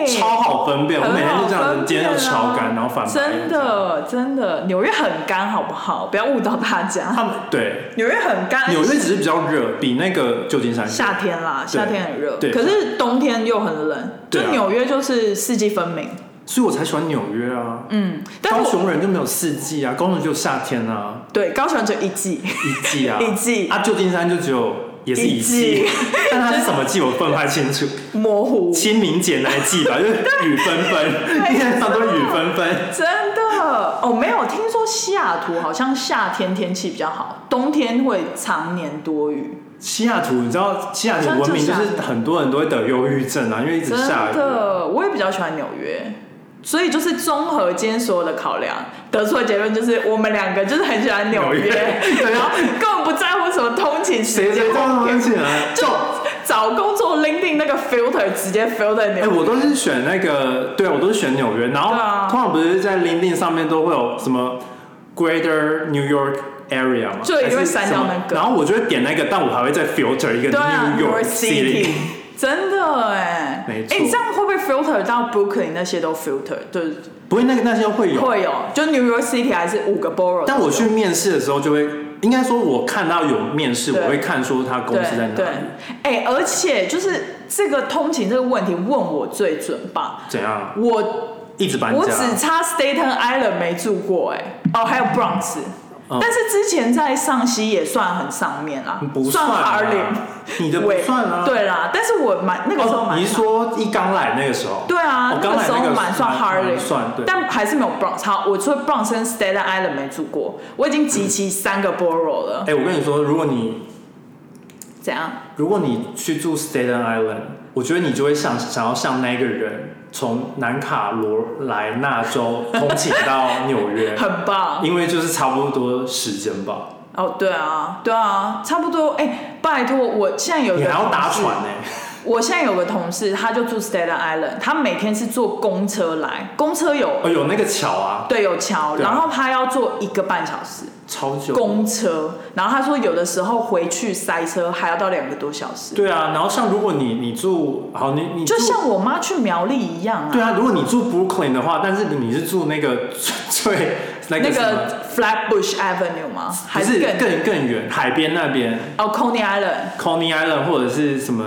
Speaker 1: 超好分辨。我
Speaker 2: 很
Speaker 1: 每天
Speaker 2: 好
Speaker 1: 就这样子
Speaker 2: 分，
Speaker 1: 今天就
Speaker 2: 辨啊
Speaker 1: 超干，然后反白
Speaker 2: 真。的真的，纽约很干，好不好？不要误导大家，
Speaker 1: 他们对
Speaker 2: 纽约很干，
Speaker 1: 纽约只是比较热，比那个旧金山热
Speaker 2: 啊夏天啦，
Speaker 1: 对
Speaker 2: 夏天很热，
Speaker 1: 对
Speaker 2: 可是冬天又很冷，
Speaker 1: 对
Speaker 2: 就
Speaker 1: 啊
Speaker 2: 纽约就是四季分明。
Speaker 1: 所以我才喜欢纽约啊。
Speaker 2: 嗯，但
Speaker 1: 高
Speaker 2: 是我
Speaker 1: 雄人就没有四季啊，高雄只有夏天啊，
Speaker 2: 对高雄只有一季，
Speaker 1: 一季啊，
Speaker 2: 一季
Speaker 1: 啊，旧金山就只有也是一季，
Speaker 2: 一季
Speaker 1: 但它是什么季我分不太清楚。
Speaker 2: 模糊，
Speaker 1: 清明节那一季 吧，就是雨纷纷，一天到晚都雨纷纷。
Speaker 2: 真的哦，没有听说西雅图好像夏天天气比较好，冬天会常年多雨，
Speaker 1: 西雅图，你知道西雅图闻名就是很多人都会得忧郁症啊，因为一直
Speaker 2: 真
Speaker 1: 下雨。
Speaker 2: 的，我也比较喜欢纽约。所以就是综合今天所有的考量，得出的结论就是我们两个就是很喜欢纽
Speaker 1: 纽
Speaker 2: 约
Speaker 1: 约，
Speaker 2: 然后根本不在乎什么通勤时
Speaker 1: 谁
Speaker 2: 间
Speaker 1: 谁，到那边去啊？
Speaker 2: 就找工作 LinkedIn 那个 filter 直接 filter
Speaker 1: 哎、
Speaker 2: 纽约。
Speaker 1: 我都是选那个，对我都是选纽约，然后、
Speaker 2: 对啊
Speaker 1: 通常不是在 LinkedIn 上面都会有什么 Greater New York Area 嘛，
Speaker 2: 就一定会
Speaker 1: 还是
Speaker 2: 删掉
Speaker 1: 什么
Speaker 2: 那个
Speaker 1: 然后我就会点那个，但我还会再 filter 一个
Speaker 2: 对啊
Speaker 1: New York
Speaker 2: City
Speaker 1: City。。
Speaker 2: 真的哎、
Speaker 1: 没
Speaker 2: 哎、
Speaker 1: 错
Speaker 2: 你这样会不会 filter 到 Brooklyn 那些都 filter？对，
Speaker 1: 不会，那个那些会有，
Speaker 2: 会有，就 New York City 还是五个 borough。
Speaker 1: 但我去面试的时候就会，应该说我看到有面试，
Speaker 2: 对
Speaker 1: 我会看说他公
Speaker 2: 对
Speaker 1: 司在哪
Speaker 2: 对
Speaker 1: 里，，
Speaker 2: 哎、而且就是这个通勤这个问题问我最准吧，
Speaker 1: 怎样，
Speaker 2: 我
Speaker 1: 一直搬
Speaker 2: 我
Speaker 1: 家。
Speaker 2: 只差 Staten Island 没住过、哎，哦，还有 Bronx，、
Speaker 1: 嗯
Speaker 2: 但是之前在上西也算很上面啦，
Speaker 1: 不
Speaker 2: 算
Speaker 1: 啊
Speaker 2: Harlem，
Speaker 1: 你的不
Speaker 2: 喂
Speaker 1: 算啊。
Speaker 2: 对啦，但是我蛮那个时候
Speaker 1: 哦，
Speaker 2: 蛮、
Speaker 1: 你是说一刚来那个时候，
Speaker 2: 对啊，
Speaker 1: 我
Speaker 2: 那
Speaker 1: 刚
Speaker 2: 个
Speaker 1: 来
Speaker 2: 时候
Speaker 1: 那个
Speaker 2: 蛮算
Speaker 1: 蛮
Speaker 2: Harlem，
Speaker 1: 蛮算对
Speaker 2: 但还是没有 Bronx。好，我除了 Bronx 跟 Staten Island 没住过，我已经集齐三个 borough 了。
Speaker 1: 哎、我跟你说，如果你
Speaker 2: 怎样？
Speaker 1: 如果你去住 Staten Island，我觉得你就会想想要像那个人从南卡罗来纳州通勤到纽约，
Speaker 2: 很棒。
Speaker 1: 因为就是差不多时间吧。
Speaker 2: 哦，对啊，对啊，差不多。哎、拜托，我现在有一
Speaker 1: 你
Speaker 2: 个
Speaker 1: 还要
Speaker 2: 同
Speaker 1: 搭
Speaker 2: 事
Speaker 1: 船呢、
Speaker 2: 我现在有个同事，他就住 Staten Island，他每天是坐公车来，公车有
Speaker 1: 哦，有那个桥啊，
Speaker 2: 对有桥，
Speaker 1: 对啊
Speaker 2: 然后他要坐一个半小时
Speaker 1: 超久。
Speaker 2: 公车，然后他说有的时候回去塞车还要到两个多小时，
Speaker 1: 对啊，然后像如果你你住好，你你住
Speaker 2: 就像我妈去苗栗一样啊，
Speaker 1: 对啊，如果你住 Brooklyn 的话，但是你是住那个 最那
Speaker 2: 那
Speaker 1: 个什么
Speaker 2: 个 Flatbush Avenue 吗？还
Speaker 1: 不是
Speaker 2: 更
Speaker 1: 更更远海边那边
Speaker 2: 哦 Coney Island
Speaker 1: Coney Island 或者是什么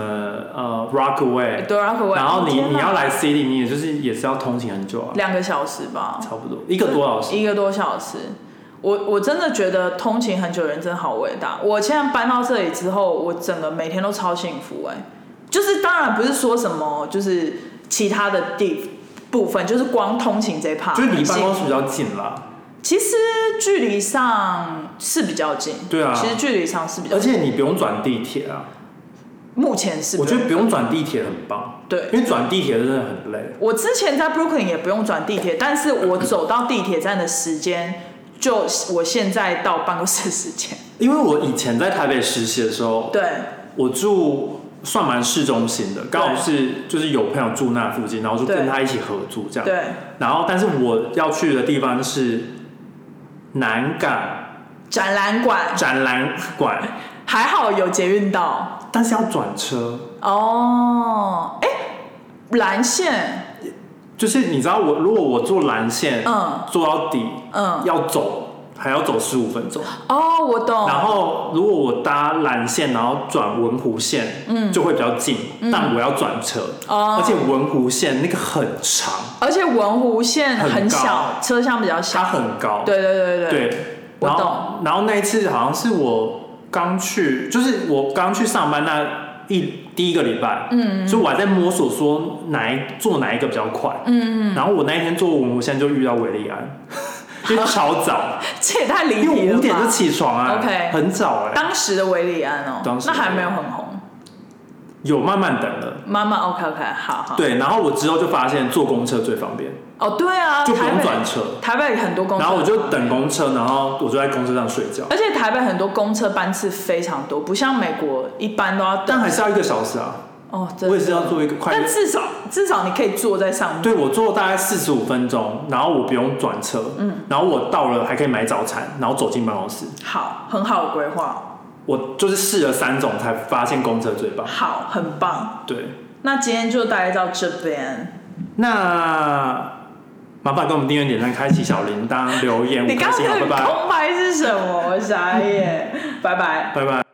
Speaker 1: 呃 Rockaway，
Speaker 2: 对 Rockaway，
Speaker 1: 然后你
Speaker 2: 天哪
Speaker 1: 你要来 City，你也就是也是要通勤很久啊，
Speaker 2: 两个小时吧，
Speaker 1: 差不多一个多小时。
Speaker 2: 一个多小时。我我真的觉得通勤很久的人真的好伟大。我现在搬到这里之后，我整个每天都超幸福哎、就是当然不是说什么，就是其他的地部分，就是光通勤这一 part，
Speaker 1: 就是离办公
Speaker 2: 很幸
Speaker 1: 室比较近啦，
Speaker 2: 其实距离上是比较近，
Speaker 1: 对啊
Speaker 2: 其实距离上是比较
Speaker 1: 而
Speaker 2: 近，
Speaker 1: 且你不用转地铁啊，
Speaker 2: 目前是
Speaker 1: 我
Speaker 2: 不
Speaker 1: 觉得不用转地铁很棒，
Speaker 2: 对。
Speaker 1: 因为转地铁真的很累。
Speaker 2: 我之前在 Brooklyn 也不用转地铁，但是我走到地铁站的时间，就我现在到办公室的时 间。
Speaker 1: 因为我以前在台北实习的时候，
Speaker 2: 对，
Speaker 1: 我住算蛮市中心的，刚好是就是有朋友住那附近，然后就跟
Speaker 2: 对
Speaker 1: 他一起合住这样。
Speaker 2: 对，
Speaker 1: 然后，但是我要去的地方是南港
Speaker 2: 展览馆
Speaker 1: 展览馆，
Speaker 2: 还好有捷运到
Speaker 1: 但是要转车。
Speaker 2: 哦。哎、蓝线，
Speaker 1: 就是你知道我，如果我坐蓝线、
Speaker 2: 嗯
Speaker 1: 坐到底，
Speaker 2: 嗯，
Speaker 1: 要走还要走十五分钟。
Speaker 2: 哦，我懂。
Speaker 1: 然后如果我搭蓝线，然后转文湖线，嗯，就会比较近，但我要转车，
Speaker 2: 哦
Speaker 1: 而且文湖线那个很长，
Speaker 2: 而且文湖线
Speaker 1: 很
Speaker 2: 很
Speaker 1: 高
Speaker 2: 小，车厢比较
Speaker 1: 它
Speaker 2: 小。
Speaker 1: 很高，
Speaker 2: 对对对对
Speaker 1: 对，
Speaker 2: 我
Speaker 1: 然后
Speaker 2: 懂
Speaker 1: 然后那一次好像是我刚去，就是我刚去上班那一第一个礼拜，嗯，所以我还在摸索说哪一坐哪一个比较快，嗯，然后我那一天坐文湖线就遇到维利安， 因为超 早，
Speaker 2: 这也太离
Speaker 1: 因
Speaker 2: 题
Speaker 1: 为
Speaker 2: 了
Speaker 1: 我五点就
Speaker 2: 吧！
Speaker 1: 起床啊
Speaker 2: OK
Speaker 1: 很早哎、
Speaker 2: 当时的维里安哦
Speaker 1: 当，时
Speaker 2: 那
Speaker 1: 的
Speaker 2: 还没有很红。
Speaker 1: 有慢慢等了。
Speaker 2: 妈妈 OK OK，好好。
Speaker 1: 对，然后我之后就发现坐公车最方便，
Speaker 2: 哦，对啊，
Speaker 1: 就不
Speaker 2: 台
Speaker 1: 用
Speaker 2: 北
Speaker 1: 转车。
Speaker 2: 台北很多公车，
Speaker 1: 然后我就等公车，然后我就在公车上睡觉，
Speaker 2: 而且台北很多公车班次非常多，不像美国一般都要等。
Speaker 1: 但还是要一个小时啊。
Speaker 2: 哦，真
Speaker 1: 我
Speaker 2: 的
Speaker 1: 也是要做一个快
Speaker 2: 但至少至少你可以坐在上面。
Speaker 1: 对我坐大概四十五分钟，然后我不用转车，嗯，然后我到了还可以买早餐，然后走进办公室。
Speaker 2: 好，很好的规划，
Speaker 1: 我就是试了三种才发现公车最棒。
Speaker 2: 好，很棒。
Speaker 1: 对，
Speaker 2: 那今天就大概到这边。
Speaker 1: 那麻烦给我们订阅、点赞、开启小铃铛、留言、五
Speaker 2: 你
Speaker 1: 颗
Speaker 2: 刚
Speaker 1: 嗯
Speaker 2: 刚
Speaker 1: 星，好，
Speaker 2: 那
Speaker 1: 拜
Speaker 2: 个
Speaker 1: 拜，
Speaker 2: 空白是什么？我傻眼，拜拜。
Speaker 1: 拜拜。